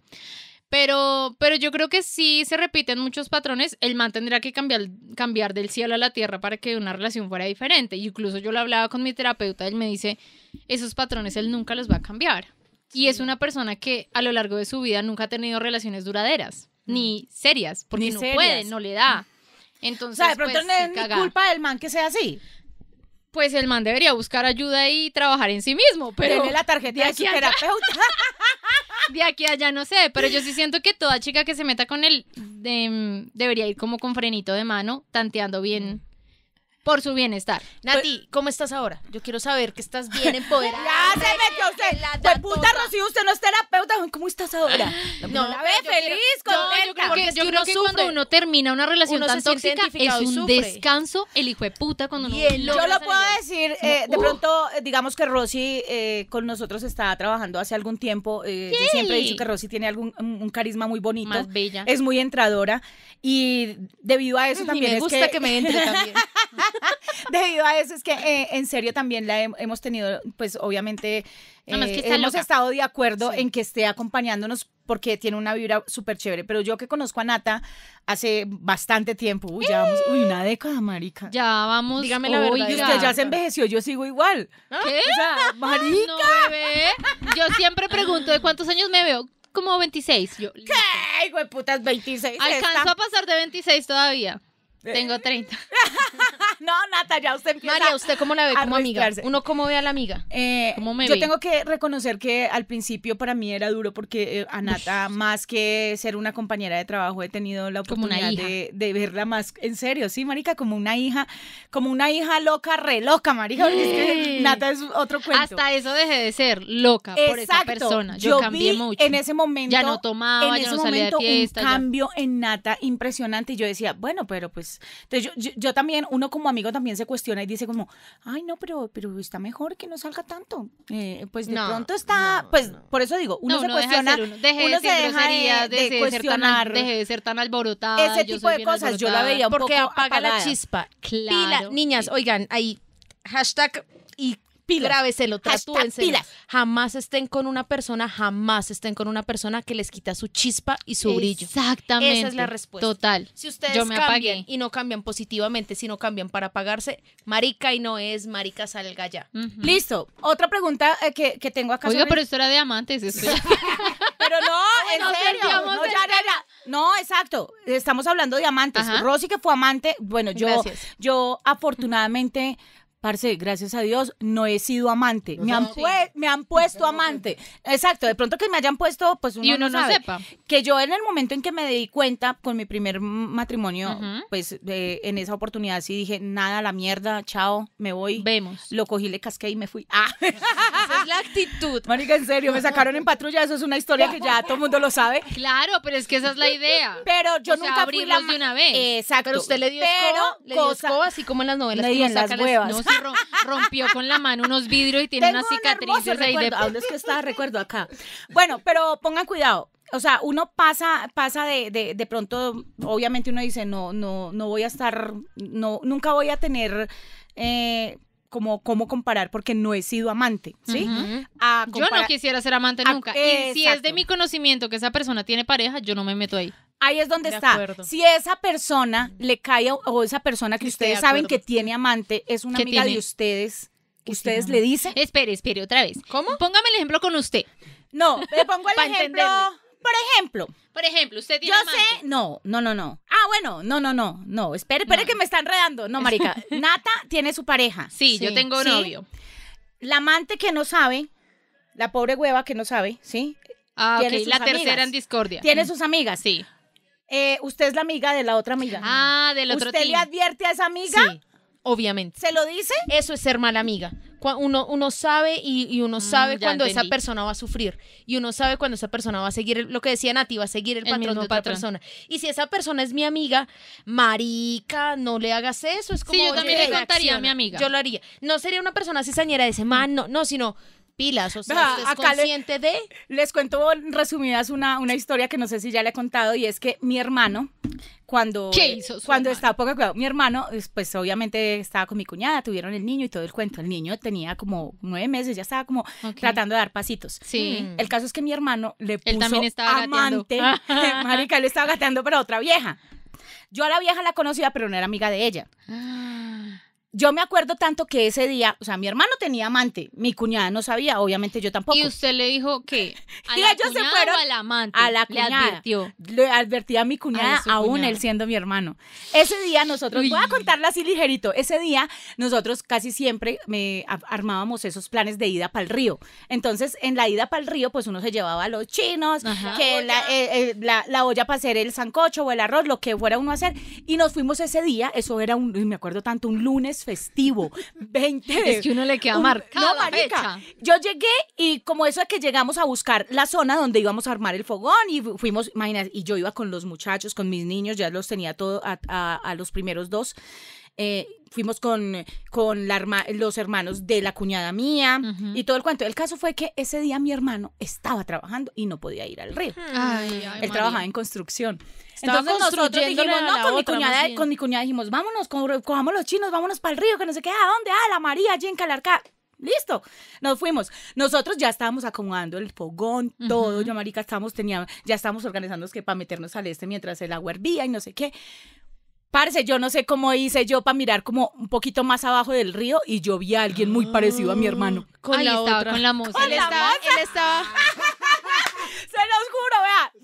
Speaker 2: Pero, pero yo creo que sí se repiten muchos patrones. El man tendría que cambiar, cambiar del cielo a la tierra para que una relación fuera diferente. Y Incluso yo lo hablaba con mi terapeuta, él me dice, esos patrones él nunca los va a cambiar. Y es una persona que a lo largo de su vida nunca ha tenido relaciones duraderas, ni serias, porque
Speaker 1: Ni
Speaker 2: no
Speaker 1: serias.
Speaker 2: puede, no le da.
Speaker 1: O
Speaker 2: Entonces,
Speaker 1: sea, de pronto
Speaker 2: pues,
Speaker 1: no es
Speaker 2: sí,
Speaker 1: ni
Speaker 2: caga.
Speaker 1: culpa del man que sea así.
Speaker 2: Pues el man debería buscar ayuda y trabajar en sí mismo,
Speaker 1: Pero
Speaker 2: pero
Speaker 1: la tarjeta
Speaker 2: de
Speaker 1: de su
Speaker 2: aquí a allá.
Speaker 1: terapeuta.
Speaker 2: de aquí a allá no sé. Pero yo sí siento que toda chica que se meta con él de- debería ir como con frenito de mano, tanteando bien por su bienestar.
Speaker 4: Nati, ¿cómo estás ahora? Yo quiero saber que estás bien empoderada.
Speaker 1: Ya se metió usted. Pues puta Rocío, usted no es terapeuta. ¿Cómo estás ahora? No, la ve
Speaker 4: yo
Speaker 1: feliz,
Speaker 4: quiero-
Speaker 1: contenta.
Speaker 4: No, yo creo
Speaker 2: Porque
Speaker 4: que es
Speaker 2: yo
Speaker 4: que
Speaker 2: creo
Speaker 4: uno
Speaker 2: que
Speaker 4: sufre.
Speaker 2: cuando uno termina una relación
Speaker 4: Uno se
Speaker 2: tan
Speaker 4: siente
Speaker 2: tóxica es
Speaker 4: identificado y
Speaker 2: un
Speaker 4: sufre.
Speaker 2: descanso el hijo de puta cuando uno
Speaker 4: Bien,
Speaker 2: logra
Speaker 1: Yo lo
Speaker 2: salir
Speaker 1: puedo
Speaker 2: de ahí.
Speaker 1: decir, eh, de pronto, eh, digamos que Rosy eh, con nosotros está trabajando hace algún tiempo. eh, yo siempre he dicho que Rosy tiene algún, un, un carisma muy bonito.
Speaker 2: Más bella.
Speaker 1: Es muy entradora. Y debido a eso
Speaker 4: Y
Speaker 1: también
Speaker 4: me
Speaker 1: es
Speaker 4: gusta que... me entre también.
Speaker 1: debido a eso es que eh, en serio también la hem- hemos tenido, pues obviamente
Speaker 2: Además que
Speaker 1: eh,
Speaker 2: está
Speaker 1: hemos
Speaker 2: loca.
Speaker 1: estado de acuerdo en que esté acompañándonos porque tiene una vibra súper chévere. Pero yo que conozco a Nata hace bastante tiempo, uy, ya vamos, uy, una década, marica.
Speaker 2: Ya vamos.
Speaker 4: Dígame la verdad,
Speaker 1: y
Speaker 2: oiga.
Speaker 1: usted ya se envejeció, yo sigo igual.
Speaker 2: ¿Qué?
Speaker 1: O sea, marica.
Speaker 2: No, bebé. Yo siempre pregunto de cuántos años me veo. Como 26. Yo,
Speaker 1: Ay, güey, putas, 26.
Speaker 2: Alcanzo
Speaker 1: esta.
Speaker 2: a pasar de 26 todavía.
Speaker 1: Eh,
Speaker 2: Tengo 30.
Speaker 1: No, Nata, ya usted empieza.
Speaker 4: María, ¿usted cómo la ve
Speaker 1: a
Speaker 4: como amiga?
Speaker 1: arriesgarse.
Speaker 4: ¿Uno cómo ve a la amiga?
Speaker 1: Eh,
Speaker 2: ¿Cómo me
Speaker 1: yo
Speaker 2: ve?
Speaker 1: tengo que reconocer que al principio para mí era duro porque eh, a Nata, más que ser una compañera de trabajo, he tenido la
Speaker 2: Como una
Speaker 1: oportunidad de, de verla más en serio, sí, marica, como una hija, como una hija loca, re loca, marica, porque es que
Speaker 2: Sí.
Speaker 1: Nata es otro cuento.
Speaker 2: Hasta eso dejé de ser loca Ah, por esa
Speaker 1: Exacto.
Speaker 2: persona. Yo, cambié
Speaker 1: vi
Speaker 2: mucho.
Speaker 1: En ese momento.
Speaker 2: Ya no tomaba,
Speaker 1: en
Speaker 2: ya
Speaker 1: ese
Speaker 2: no salía de
Speaker 1: momento,
Speaker 2: fiesta,
Speaker 1: Un
Speaker 2: ya-
Speaker 1: cambio en Nata impresionante. Y yo decía, bueno, pero pues. Entonces yo, yo- yo también, uno como amigo también se cuestiona y dice como, ay, no, pero, pero está mejor que no salga tanto. Eh, pues de
Speaker 2: No,
Speaker 1: pronto está,
Speaker 2: no,
Speaker 1: pues
Speaker 2: no.
Speaker 1: por eso digo, uno,
Speaker 2: No,
Speaker 1: se
Speaker 2: uno deja de
Speaker 1: cuestiona,
Speaker 2: ser uno. Dejé
Speaker 1: uno
Speaker 2: de
Speaker 1: se
Speaker 2: ser
Speaker 1: deja
Speaker 2: grosería,
Speaker 1: de- de
Speaker 2: dejé de ser tan al-
Speaker 1: cuestionar.
Speaker 2: dejé de ser tan alborotada.
Speaker 1: Ese
Speaker 2: yo
Speaker 1: tipo
Speaker 2: soy
Speaker 1: de
Speaker 2: bien
Speaker 1: cosas, yo la veía un
Speaker 4: Porque
Speaker 1: poco
Speaker 4: apaga la
Speaker 1: apagada.
Speaker 4: chispa.
Speaker 2: Claro.
Speaker 4: Pila, niñas, oigan, ahí hashtag y
Speaker 1: Pilas.
Speaker 4: grábeselo,
Speaker 1: Hashtag
Speaker 4: tatúenselo.
Speaker 1: pilas.
Speaker 4: Jamás estén con una persona, jamás estén con una persona que les quita su chispa y su brillo.
Speaker 2: Exactamente.
Speaker 4: Esa es la respuesta.
Speaker 2: Total.
Speaker 4: Si ustedes
Speaker 2: Yo me
Speaker 4: cambian
Speaker 2: apagué.
Speaker 4: y no cambian positivamente, sino cambian para apagarse, marica y no es, marica salga ya.
Speaker 2: Ujú.
Speaker 1: Listo, otra pregunta eh, que, que tengo acá.
Speaker 2: Oiga,
Speaker 1: sobre-
Speaker 2: pero esto era de amantes. Esto ya-
Speaker 1: Pero no, en
Speaker 2: nos
Speaker 1: serio.
Speaker 2: desviamos
Speaker 1: No,
Speaker 2: del
Speaker 1: ya, ya, ya. No, exacto. Estamos hablando de amantes.
Speaker 2: Ajá.
Speaker 1: Rosy, que fue amante, bueno, yo,
Speaker 4: Gracias.
Speaker 1: yo afortunadamente. Parce, gracias a Dios, no he sido amante. Me han, pue- me han puesto amante. Exacto, de pronto que me hayan puesto, pues uno,
Speaker 2: Y uno no
Speaker 1: sabe.
Speaker 2: sepa.
Speaker 1: Que yo en el momento en que me di cuenta con mi primer matrimonio,
Speaker 2: Ujú.
Speaker 1: pues de- en esa oportunidad sí dije, nada, la mierda, chao, me voy.
Speaker 2: Vemos.
Speaker 1: Lo cogí, le casqué y me fui. Ah.
Speaker 4: Esa es la actitud.
Speaker 1: Marica, en serio, me sacaron en patrulla, eso es una historia que ya todo el mundo lo sabe.
Speaker 2: Claro, pero es que esa es la idea.
Speaker 1: Pero yo
Speaker 2: O sea,
Speaker 1: nunca fui
Speaker 2: abrirlos
Speaker 1: la ma-
Speaker 2: de una vez.
Speaker 1: Exacto.
Speaker 4: Pero usted le dio escoba, le dio
Speaker 1: cosa-
Speaker 4: escoba, así como en las novelas.
Speaker 1: Le
Speaker 4: que
Speaker 1: di
Speaker 4: uno
Speaker 1: en las
Speaker 4: saca las-
Speaker 1: huevas.
Speaker 2: No, se rom- rompió con la mano unos vidrios y tiene
Speaker 1: Tengo
Speaker 2: unas
Speaker 1: un hermoso
Speaker 2: cicatrices ahí de...
Speaker 1: recuerdo. Ah, ¿dónde es que está? Recuerdo acá. Bueno, pero pongan cuidado. O sea, uno pasa, pasa de, de, de pronto, obviamente uno dice, no, no, no voy a estar, no, nunca voy a tener eh, como cómo comparar porque no he sido amante, ¿sí?
Speaker 2: Ujú.
Speaker 1: A
Speaker 2: Yo no
Speaker 1: comparar-
Speaker 2: quisiera ser amante
Speaker 1: Ah,
Speaker 2: nunca. Y si es
Speaker 1: exacto.
Speaker 2: de mi conocimiento que esa persona tiene pareja, yo no me meto ahí.
Speaker 1: Ahí es donde
Speaker 4: De
Speaker 1: está.
Speaker 4: acuerdo.
Speaker 1: Si esa persona le cae a- o esa persona que
Speaker 4: Estoy de
Speaker 1: ustedes saben
Speaker 4: acuerdo.
Speaker 1: que tiene amante es una
Speaker 2: Que
Speaker 1: amiga de
Speaker 2: tiene-
Speaker 1: ustedes, que
Speaker 2: que
Speaker 1: ustedes
Speaker 2: tiene
Speaker 1: le dicen.
Speaker 2: Espere, espere, otra vez.
Speaker 4: ¿Cómo?
Speaker 2: Póngame el ejemplo con usted.
Speaker 1: No, le pongo el
Speaker 2: Pa'
Speaker 1: ejemplo.
Speaker 2: entenderle.
Speaker 1: Por ejemplo,
Speaker 2: Por ejemplo, usted tiene
Speaker 1: yo
Speaker 2: amante.
Speaker 1: sé, no, no, no, no. Ah, bueno, no, no, no, no. Espere, espere
Speaker 2: No.
Speaker 1: que me está enredando. No, marica. Nata tiene su pareja.
Speaker 2: Sí, yo
Speaker 4: Sí.
Speaker 2: tengo
Speaker 1: Sí.
Speaker 2: novio.
Speaker 1: La amante que no sabe, la pobre hueva que no sabe, ¿sí?
Speaker 2: Ah, ok,
Speaker 1: Tiene sus
Speaker 2: la tercera
Speaker 1: amigas.
Speaker 2: en discordia. Ah,
Speaker 1: Tiene sus amigas.
Speaker 2: Mm. Sí.
Speaker 1: Eh, usted es la amiga de la otra amiga.
Speaker 2: Ah, del otro
Speaker 1: ¿Usted le
Speaker 2: team.
Speaker 1: advierte a esa amiga?
Speaker 4: Sí, obviamente.
Speaker 1: ¿Se lo dice?
Speaker 4: Eso es ser mala amiga. Cua- Uno, uno sabe y, y uno sabe
Speaker 2: Mm, ya
Speaker 4: cuando esa
Speaker 2: entendí.
Speaker 4: persona va a sufrir. Y uno sabe cuando esa persona va a seguir, el- lo que decía Nati, va a seguir el,
Speaker 2: El
Speaker 4: patrón
Speaker 2: mismo
Speaker 4: de otra
Speaker 2: patrón.
Speaker 4: persona. Y si esa persona es mi amiga, marica, no le hagas eso. Es como,
Speaker 2: yo
Speaker 4: oye,
Speaker 2: también le contaría a
Speaker 4: reacciona.
Speaker 2: mi amiga.
Speaker 4: Yo lo haría. No sería una persona cizañera de ese man, no, no, sino pilas. O sea,
Speaker 1: Vea,
Speaker 4: usted es
Speaker 1: acá le-
Speaker 4: consciente de...
Speaker 1: Les cuento en resumidas una, una historia que no sé si ya le he contado y es que mi hermano, cuando,
Speaker 2: ¿Qué hizo su
Speaker 1: cuando
Speaker 2: hermano?
Speaker 1: estaba poco cuidado, mi hermano, pues, pues obviamente estaba con mi cuñada, tuvieron el niño y todo el cuento. El niño tenía como nueve meses, ya estaba como
Speaker 2: Ok.
Speaker 1: tratando de dar pasitos. Mm.
Speaker 2: Sí.
Speaker 1: El caso es que mi hermano le puso
Speaker 2: Él también estaba gateando.
Speaker 1: amante, marica, él estaba gateando para otra vieja. Yo a la vieja la conocía, pero no era amiga de ella.
Speaker 2: Ah,
Speaker 1: Yo me acuerdo tanto que ese día, o sea, mi hermano tenía amante, mi cuñada no sabía, obviamente yo tampoco.
Speaker 2: Y usted le dijo que a
Speaker 1: Y
Speaker 2: la
Speaker 1: ellos se
Speaker 2: cuñada
Speaker 1: fueron
Speaker 2: o al amante.
Speaker 1: a la
Speaker 2: Le
Speaker 1: cuñada.
Speaker 2: advirtió.
Speaker 1: Le advertí a mi cuñada,
Speaker 2: su
Speaker 1: aún
Speaker 2: cuñada.
Speaker 1: él siendo mi hermano. Ese día nosotros, voy a
Speaker 2: Uy.
Speaker 1: contarla así ligerito, ese día nosotros casi siempre me a- armábamos esos planes de ida para el río. Entonces, en la ida para el río, pues uno se llevaba a los chinos,
Speaker 2: Ajá.
Speaker 1: que la, eh, eh, la- la olla para hacer el sancocho o el arroz, lo que fuera uno a hacer. Y nos fuimos ese día, eso era un, uy, me acuerdo tanto, un lunes festivo, 20 de
Speaker 2: Es que uno le queda
Speaker 1: un-
Speaker 2: marcado
Speaker 1: no,
Speaker 2: la
Speaker 1: marica. Mm.
Speaker 2: fecha.
Speaker 1: Yo llegué y como eso de que llegamos a buscar la zona donde íbamos a armar el fogón y fu- fuimos, imagínate, y yo iba con los muchachos, con mis niños, ya los tenía todo a, a- a los primeros dos. Eh, fuimos con, con la herma- los hermanos de la cuñada mía
Speaker 2: Ujú.
Speaker 1: y todo el cuento. El caso fue que ese día mi hermano estaba trabajando y no podía ir al río.
Speaker 2: Ay, ay,
Speaker 1: Él
Speaker 2: María.
Speaker 1: trabajaba en construcción.
Speaker 4: Estaba
Speaker 1: Entonces nosotros
Speaker 4: construyéndole
Speaker 1: dijimos,
Speaker 4: a
Speaker 1: no,
Speaker 4: la
Speaker 1: con mi,
Speaker 4: otra, más
Speaker 1: cuñada,
Speaker 4: bien.
Speaker 1: con mi cuñada dijimos, vámonos, co- cojamos los chinos, vámonos para el río, que no sé qué, ¿a dónde? Ah, la María, allí en Calarcá. Listo, nos fuimos. Nosotros ya estábamos acomodando el fogón, todo. Yo, marica, estábamos, tenía, ya estábamos organizándonos que para meternos al este mientras el agua hervía y no sé qué. Parce, yo no sé cómo hice yo para mirar como un poquito más abajo del río y yo vi a alguien muy parecido a mi hermano.
Speaker 4: Con
Speaker 2: Ahí
Speaker 4: la
Speaker 2: estaba
Speaker 4: otra.
Speaker 2: con la moza.
Speaker 1: Con
Speaker 4: él,
Speaker 1: la
Speaker 4: estaba,
Speaker 1: moza.
Speaker 4: él estaba...
Speaker 1: Se los juro,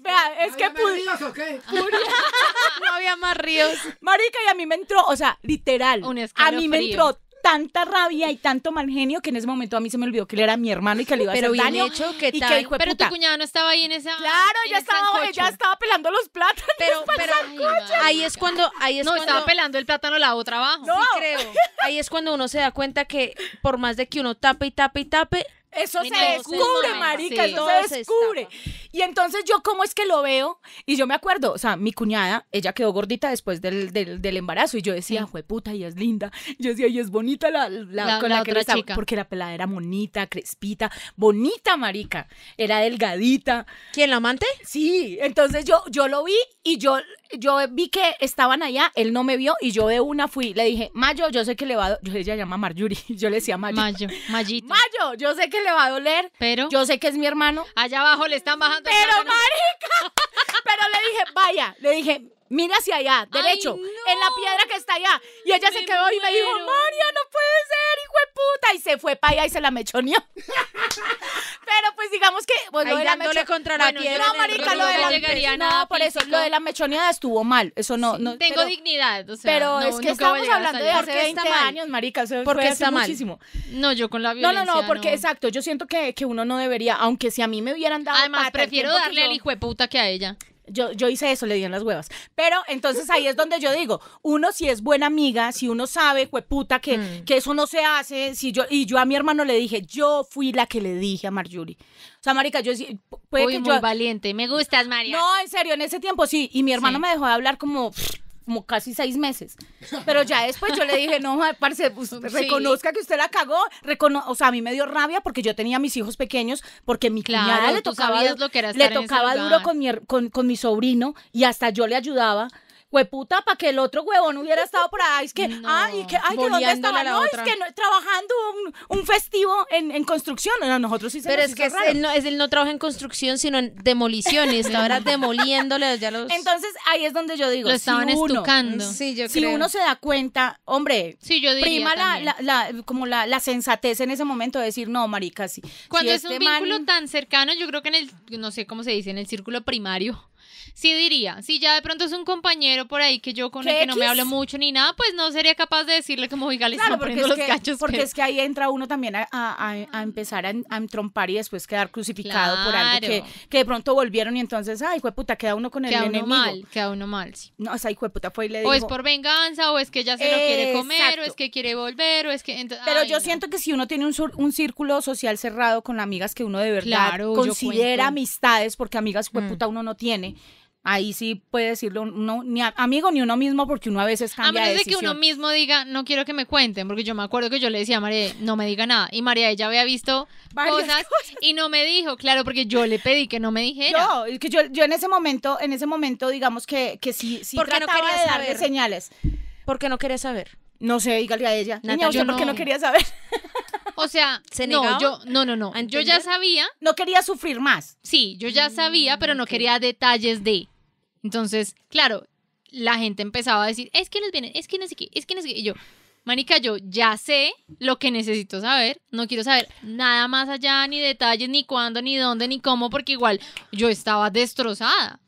Speaker 1: vea, vea, es que pude.
Speaker 3: o qué?
Speaker 4: no había más ríos.
Speaker 1: Marica, y a mí me entró, o sea, literal.
Speaker 2: Un
Speaker 1: a
Speaker 2: escalofrío.
Speaker 1: mí me entró tanta rabia y tanto mal genio que en ese momento a mí se me olvidó que él era mi hermano y que le iba a
Speaker 4: Pero
Speaker 1: hacer
Speaker 4: bien
Speaker 1: daño.
Speaker 4: hecho, ¿qué
Speaker 1: y
Speaker 4: tal?
Speaker 1: que hijo de
Speaker 2: Pero
Speaker 1: puta.
Speaker 2: tu cuñada no estaba ahí en esa.
Speaker 1: Claro,
Speaker 2: en
Speaker 1: ya
Speaker 2: el
Speaker 1: estaba,
Speaker 2: sancocho.
Speaker 1: ya estaba pelando los plátanos.
Speaker 4: Pero,
Speaker 1: para
Speaker 4: pero
Speaker 1: sacar-
Speaker 4: ahí es cuando... Ahí es
Speaker 2: No,
Speaker 4: cuando...
Speaker 2: estaba pelando el plátano la otra abajo.
Speaker 1: No.
Speaker 4: Sí creo. Ahí es cuando uno se da cuenta que por más de que uno tape y tape y tape,
Speaker 1: eso se
Speaker 4: Entonces,
Speaker 1: descubre,
Speaker 4: no,
Speaker 1: marica,
Speaker 2: sí.
Speaker 1: eso
Speaker 4: Todo
Speaker 1: se
Speaker 4: se
Speaker 1: descubre. Y entonces yo cómo es que lo veo y yo me acuerdo, o sea, mi cuñada, ella quedó gordita después del, del, del embarazo y yo decía,
Speaker 2: Sí.
Speaker 1: jueputa, y es linda. Yo decía, y es bonita la, la,
Speaker 2: La-
Speaker 1: con
Speaker 2: la
Speaker 1: la, que
Speaker 2: otra
Speaker 1: le estaba-".
Speaker 2: chica.
Speaker 1: Porque la pelada era bonita, crespita, bonita, marica. Era delgadita.
Speaker 4: ¿Quién la amante?
Speaker 1: Sí, entonces yo, yo lo vi y yo, yo vi que estaban allá, él no me vio y yo de una fui, le dije, Mayo, yo sé que le va a do-". yo, ella llama Marjorie, yo le decía Mayo.
Speaker 2: Mayo, Mayito.
Speaker 1: Mayo, yo sé que le va a doler,
Speaker 2: pero
Speaker 1: yo sé que es mi hermano,
Speaker 2: allá abajo le están bajando. el
Speaker 1: pero
Speaker 2: plátano.
Speaker 1: marica, pero le dije, vaya, le dije, mira hacia allá,
Speaker 2: Ay,
Speaker 1: derecho,
Speaker 2: no.
Speaker 1: en la piedra que está allá. Y ella se
Speaker 2: Me
Speaker 1: quedó y me dijo,
Speaker 2: muero.
Speaker 1: María, no puede ser, hijo de puta. Y se fue para allá y se la mechoneó. pero pues digamos que, bueno,
Speaker 4: Ahí
Speaker 1: era
Speaker 4: dándole contra la
Speaker 2: Bueno, yo
Speaker 4: piedra.
Speaker 1: no,
Speaker 4: en el
Speaker 1: marica,
Speaker 4: río.
Speaker 1: lo de
Speaker 2: no
Speaker 1: la
Speaker 2: llegaría a
Speaker 1: no,
Speaker 2: nada
Speaker 1: por eso
Speaker 2: físico.
Speaker 1: lo de la mechoneada estuvo mal. Eso no, no
Speaker 2: Tengo
Speaker 1: pero,
Speaker 2: dignidad. o sea,
Speaker 1: pero
Speaker 2: no,
Speaker 1: es que
Speaker 2: nunca voy
Speaker 1: estamos
Speaker 2: a llegar
Speaker 1: hablando de
Speaker 2: hasta
Speaker 1: hace
Speaker 4: allá. ¿Por qué está
Speaker 1: 20
Speaker 4: mal?
Speaker 1: años, marica, eso
Speaker 4: ¿Por
Speaker 1: fue
Speaker 4: qué
Speaker 1: hace
Speaker 4: está mal?
Speaker 1: muchísimo.
Speaker 2: allá. No, yo con la
Speaker 1: No,
Speaker 2: violencia.
Speaker 1: no, no, porque exacto, yo siento que, que uno no debería, aunque si a mí me hubieran dado
Speaker 2: Además,
Speaker 1: pata el
Speaker 2: prefiero
Speaker 1: tiempo que
Speaker 2: darle
Speaker 1: yo-
Speaker 2: al hijo de puta que a ella.
Speaker 1: yo, yo hice eso, le di en las huevas. Pero entonces ahí es donde yo digo, uno si es buena amiga, si uno sabe, jueputa, que,
Speaker 2: Mm.
Speaker 1: que eso no se hace, si yo, y yo a mi hermano le dije, yo fui la que le dije a Marjorie. O sea, marica, yo sí- puede
Speaker 2: Uy,
Speaker 1: que
Speaker 2: muy
Speaker 1: yo,
Speaker 2: valiente. Me gustas, María.
Speaker 1: no, en serio, en ese tiempo sí. Y mi hermano
Speaker 2: Sí.
Speaker 1: me dejó de hablar como, como casi seis meses. Pero ya después yo le dije, no, ma- parce, usted
Speaker 2: Sí.
Speaker 1: reconozca que usted la cagó. recono- o sea, a mí me dio rabia porque yo tenía a mis hijos pequeños, porque mi
Speaker 2: Claro,
Speaker 1: cuñada le
Speaker 2: tú
Speaker 1: tocaba,
Speaker 2: sabías lo que era
Speaker 1: le
Speaker 2: estar en ese
Speaker 1: tocaba
Speaker 2: lugar.
Speaker 1: duro con mi, her- con, con mi sobrino y hasta yo le ayudaba. Hueputa, para que el otro huevón hubiera estado por ahí. Es que,
Speaker 2: No,
Speaker 1: ay, que, ay, que dónde
Speaker 4: boleándola
Speaker 1: estaba.
Speaker 4: a la
Speaker 1: No,
Speaker 4: otra.
Speaker 1: es que no- trabajando un, un festivo en, en construcción. No, nosotros sí se
Speaker 4: Pero
Speaker 1: nos
Speaker 4: es
Speaker 1: hizo
Speaker 4: que es-
Speaker 1: raro.
Speaker 4: él no, eh, es- él no trabaja en construcción, sino en demolición. Y está ahora demoliéndole ya los.
Speaker 1: Entonces ahí es donde yo digo,
Speaker 2: Lo estaban
Speaker 1: si uno,
Speaker 2: estucando.
Speaker 4: sí, yo
Speaker 1: si
Speaker 4: creo.
Speaker 1: uno se da cuenta, hombre,
Speaker 2: Sí, yo diría
Speaker 1: prima la,
Speaker 2: también.
Speaker 1: la- la- como la, la sensatez en ese momento de decir, no, marica, sí.
Speaker 2: Cuando
Speaker 1: si
Speaker 2: es un
Speaker 1: este man-
Speaker 2: vínculo tan cercano, yo creo que en el, no sé cómo se dice, en el círculo primario, sí diría, si ya de pronto es un compañero por ahí que yo con el
Speaker 1: ¿Qué
Speaker 2: que no me
Speaker 1: X?
Speaker 2: hablo mucho ni nada, pues no sería capaz de decirle como, oiga, le
Speaker 1: Claro,
Speaker 2: están
Speaker 1: porque,
Speaker 2: poniendo
Speaker 1: es
Speaker 2: los
Speaker 1: que,
Speaker 2: cachos.
Speaker 1: porque
Speaker 2: pero-
Speaker 1: es que ahí entra uno también a, a- a- a empezar a, en- a entrompar y después quedar crucificado por algo que,
Speaker 2: Claro.
Speaker 1: que de pronto volvieron y entonces, ay, puta, queda uno con el
Speaker 2: queda uno
Speaker 1: enemigo.
Speaker 2: mal, queda uno mal, sí.
Speaker 1: No, esa puta fue y le
Speaker 2: O
Speaker 1: dijo.
Speaker 2: es por venganza, o es que ya se lo quiere comer, o es
Speaker 1: Exacto.
Speaker 2: que quiere volver, o es que... ento-
Speaker 1: Pero
Speaker 2: ay,
Speaker 1: yo
Speaker 2: no.
Speaker 1: siento que si uno tiene un, sur- un círculo social cerrado con amigas que uno de verdad
Speaker 2: Claro, yo cuento.
Speaker 1: considera amistades, porque amigas
Speaker 2: Mm.
Speaker 1: pues, puta uno no tiene, ahí sí puede decirlo uno, ni a- amigo ni uno mismo, porque uno a veces
Speaker 2: A
Speaker 1: cambia
Speaker 2: menos
Speaker 1: de
Speaker 2: de que
Speaker 1: decisión.
Speaker 2: uno mismo diga, no quiero que me cuenten, porque yo me acuerdo que yo le decía a María, no me diga nada. Y María, ella había visto
Speaker 1: Varias
Speaker 2: cosas, y no me dijo, claro, porque yo le pedí que no me dijera.
Speaker 1: Yo, es que yo, yo en ese momento, en ese momento, digamos que, que sí, sí
Speaker 4: Porque no
Speaker 1: trataba
Speaker 4: quería
Speaker 1: de darle
Speaker 4: saber.
Speaker 1: señales.
Speaker 4: Porque no quería saber.
Speaker 1: No sé, dígale a ella.
Speaker 2: Natalia,
Speaker 1: Niña, ¿usted por qué
Speaker 2: no.
Speaker 1: no quería saber?
Speaker 2: O sea,
Speaker 4: ¿Se
Speaker 2: no,
Speaker 4: negaba
Speaker 2: yo, no, no, no.
Speaker 4: a
Speaker 2: Yo ya
Speaker 4: entender?
Speaker 2: sabía,
Speaker 1: No quería sufrir más.
Speaker 2: sí, yo ya sabía, pero no quería detalles de. Entonces, claro, la gente empezaba a decir, es que los vienen, es que no sé qué, es que no sé qué. Y yo, Manica, yo ya sé lo que necesito saber. No quiero saber nada más allá, ni detalles, ni cuándo, ni dónde, ni cómo, porque igual yo estaba destrozada.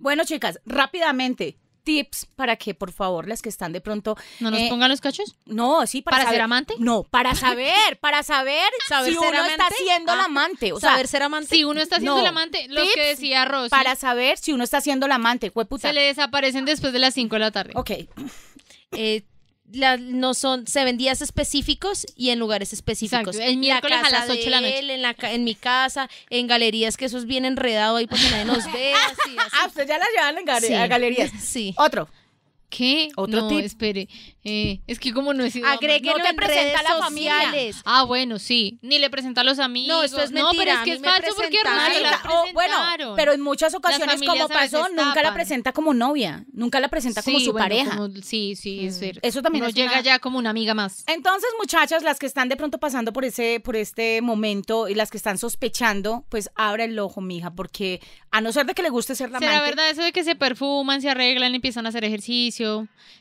Speaker 1: Bueno, chicas, rápidamente, tips para que, por favor, las que están de pronto...
Speaker 2: ¿No nos
Speaker 1: eh,
Speaker 2: pongan los cachos?
Speaker 1: No, sí, para,
Speaker 2: ¿Para ser
Speaker 1: saber-
Speaker 2: amante?
Speaker 1: No, para saber, para saber,
Speaker 4: ¿Saber
Speaker 1: si
Speaker 4: ser
Speaker 1: uno está
Speaker 4: amante?
Speaker 1: siendo el
Speaker 4: Ah,
Speaker 1: amante. O sea,
Speaker 4: ¿Saber ser amante?
Speaker 2: Si uno está haciendo
Speaker 1: no.
Speaker 2: el amante, lo que
Speaker 1: Tips
Speaker 2: decía Rosy,
Speaker 1: para saber si uno está siendo el amante, hueputa.
Speaker 2: se le Ah, desaparecen después de las 5 de la tarde.
Speaker 1: Ok,
Speaker 4: eh, la- no son, se ven días específicos y en lugares específicos.
Speaker 2: Exacto, el
Speaker 4: La
Speaker 2: miércoles a
Speaker 4: casa
Speaker 2: las ocho de la noche.
Speaker 4: él, en, la ca- en mi casa, en galerías, que eso es bien enredado ahí porque nadie nos ve. Así, así.
Speaker 1: Ah, usted ya la llevan en gale-
Speaker 4: Sí.
Speaker 1: a galerías.
Speaker 4: Sí.
Speaker 1: Otro.
Speaker 2: ¿Qué?
Speaker 1: Otro
Speaker 2: no,
Speaker 1: tip.
Speaker 2: espere. Eh, es que como no he sido mamá-
Speaker 4: Agréguelo
Speaker 1: no te
Speaker 4: en
Speaker 1: presenta
Speaker 4: redes
Speaker 1: la familia.
Speaker 4: sociales.
Speaker 2: Ah, bueno, sí. Ni le presenta a los amigos.
Speaker 4: No, esto es
Speaker 2: No, pero
Speaker 4: mentira,
Speaker 2: es que
Speaker 4: a
Speaker 2: es
Speaker 4: mí me
Speaker 2: falso porque
Speaker 4: presentaron.
Speaker 2: Rosy Ah, la
Speaker 1: Marica, o, Oh, bueno,
Speaker 2: presentaron.
Speaker 1: pero en muchas ocasiones,
Speaker 2: familias
Speaker 1: como
Speaker 2: a veces
Speaker 1: pasó, nunca la
Speaker 2: tapan.
Speaker 1: presenta como novia, nunca la presenta como
Speaker 2: Sí,
Speaker 1: su
Speaker 2: bueno,
Speaker 1: pareja. Mm.
Speaker 2: como- sí, sí, es cierto.
Speaker 1: Eso también
Speaker 2: Uno
Speaker 1: es
Speaker 2: llega
Speaker 1: una-
Speaker 2: ya como una amiga más.
Speaker 1: Entonces, muchachas, las que están de pronto pasando por ese, por este momento y las que están sospechando, pues abra el ojo, mija, porque a no ser de que le guste ser la
Speaker 2: ¿Será
Speaker 1: amante,
Speaker 2: verdad eso de que se perfuman, se arreglan, empiezan a hacer ejercicio,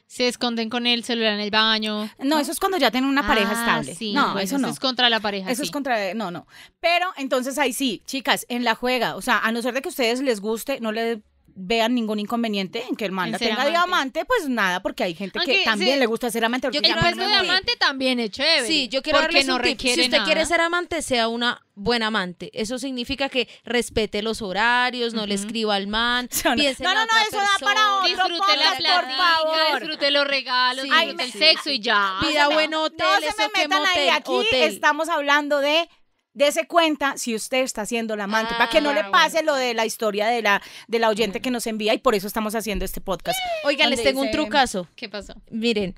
Speaker 2: se esconden con el celular en el baño?
Speaker 1: No, eso es cuando ya tienen una pareja
Speaker 2: Ah,
Speaker 1: estable.
Speaker 2: sí,
Speaker 1: no,
Speaker 2: bueno,
Speaker 1: eso no.
Speaker 2: es contra la pareja.
Speaker 1: Eso es
Speaker 2: sí.
Speaker 1: contra, no, no. Pero entonces ahí sí, chicas, en la juega, o sea, a no ser de que ustedes les guste, no le vean ningún inconveniente en que el man
Speaker 2: En
Speaker 1: la
Speaker 2: ser
Speaker 1: tenga de
Speaker 2: amante.
Speaker 1: amante, pues nada, porque hay gente
Speaker 2: Aunque,
Speaker 1: que también
Speaker 2: sí,
Speaker 1: le gusta ser amante. porque
Speaker 4: yo
Speaker 2: El
Speaker 1: ya
Speaker 4: quiero
Speaker 1: mismo
Speaker 2: puesto de
Speaker 4: darles un
Speaker 1: es-
Speaker 4: tip.
Speaker 2: amante también es chévere.
Speaker 4: Sí, yo quiero
Speaker 2: porque
Speaker 4: darles
Speaker 2: no
Speaker 4: un tip. Si
Speaker 2: requiere
Speaker 4: usted quiere
Speaker 2: nada.
Speaker 4: ser amante, sea una buena amante. Eso significa que respete los horarios, no le escriba al man,
Speaker 1: Sí, o no.
Speaker 4: piense
Speaker 1: No,
Speaker 4: en
Speaker 1: no,
Speaker 4: la
Speaker 1: no,
Speaker 4: otra
Speaker 1: eso da para
Speaker 4: persona.
Speaker 1: otro
Speaker 2: Disfrute la
Speaker 1: podcast, por
Speaker 2: platica,
Speaker 1: favor.
Speaker 2: disfrute los regalos,
Speaker 4: Sí.
Speaker 2: disfrute el sexo y ya.
Speaker 4: Pida buen hotel,
Speaker 1: No se
Speaker 4: eso
Speaker 1: me
Speaker 4: que
Speaker 1: metan ahí,
Speaker 4: motel,
Speaker 1: aquí
Speaker 4: hotel.
Speaker 1: estamos hablando de Dese cuenta si usted está haciendo la amante, para que no le
Speaker 2: Ah,
Speaker 1: pase lo de la historia de la, de la oyente que nos envía y por eso estamos haciendo este podcast.
Speaker 4: Oigan, les
Speaker 1: Donde
Speaker 4: tengo un
Speaker 1: dice-
Speaker 4: trucazo.
Speaker 2: ¿Qué pasó?
Speaker 4: Miren,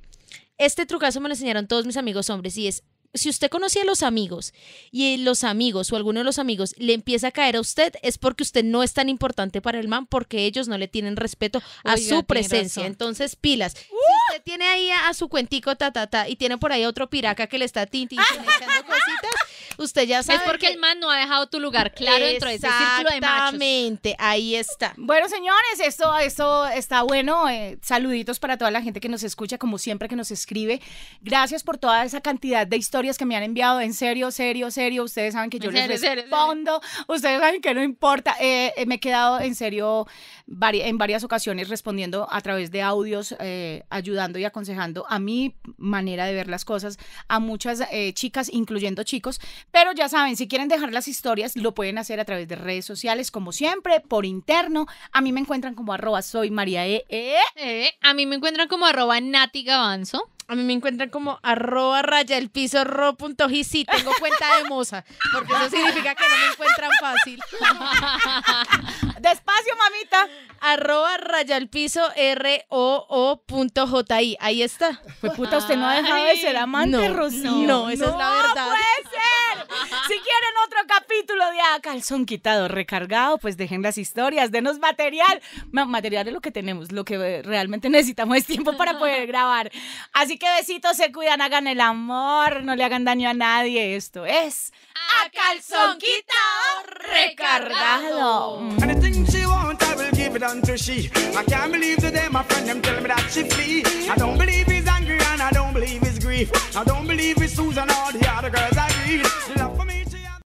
Speaker 4: este trucazo me lo enseñaron todos mis amigos hombres y es, si usted conocía a los amigos y los amigos o alguno de los amigos le empieza a caer a usted, es porque usted no es tan importante para el man porque ellos no le tienen respeto a
Speaker 2: Oiga, tiene
Speaker 4: su presencia.
Speaker 2: razón. ¡Uh!
Speaker 4: Entonces, pilas. Si usted tiene ahí a, a su cuentico, ta, ta, ta, y tiene por ahí a otro piraca que le está tinti echando cositas, usted ya sabe.
Speaker 2: Es porque
Speaker 4: que-
Speaker 2: el man no ha dejado tu lugar claro dentro de ese círculo de machos.
Speaker 4: Exactamente, ahí está.
Speaker 1: Bueno, señores, esto, esto está bueno. eh, saluditos para toda la gente que nos escucha, como siempre que nos escribe. Gracias por toda esa cantidad de historias que me han enviado. En serio, serio, serio. Ustedes saben que yo
Speaker 2: En
Speaker 1: les
Speaker 2: serio, serio, serio.
Speaker 1: respondo. Ustedes saben que no importa. Eh, eh, me he quedado en serio vari- en varias ocasiones respondiendo a través de audios, eh, ayudando y aconsejando a mi manera de ver las cosas a muchas eh, chicas, incluyendo chicos. Pero ya saben, si quieren dejar las historias, lo pueden hacer a través de redes sociales, como siempre, por interno. A mí me encuentran como arroba soy María E. E.
Speaker 2: Eh, a mí me encuentran como arroba Nati Gavanzo.
Speaker 4: A mí me encuentran como arroba raya el piso ro punto y sí, tengo cuenta de moza, porque eso significa que no me encuentran fácil.
Speaker 1: Despacio, mamita.
Speaker 4: Arroba raya el piso r o o punto j i. Ahí está.
Speaker 1: Pues puta, usted no ha dejado de ser amante,
Speaker 4: No,
Speaker 1: Rocío.
Speaker 4: no, esa es la verdad.
Speaker 1: No puede ser. Si quieren otro capítulo de A Calzón Quitado Recargado, pues dejen las historias, denos material. Ma- material es lo que tenemos, lo que eh, realmente necesitamos es tiempo para poder grabar. Así que besitos, se cuidan, hagan el amor, no le hagan daño a nadie. Esto es A Calzón Quitado Recargado.
Speaker 3: Anything she want, I will give it unto she. I can't believe today my friend them tell me that she flee. I don't believe he's angry and I don't believe he's grief. I don't believe it's Susan or the other girls I read.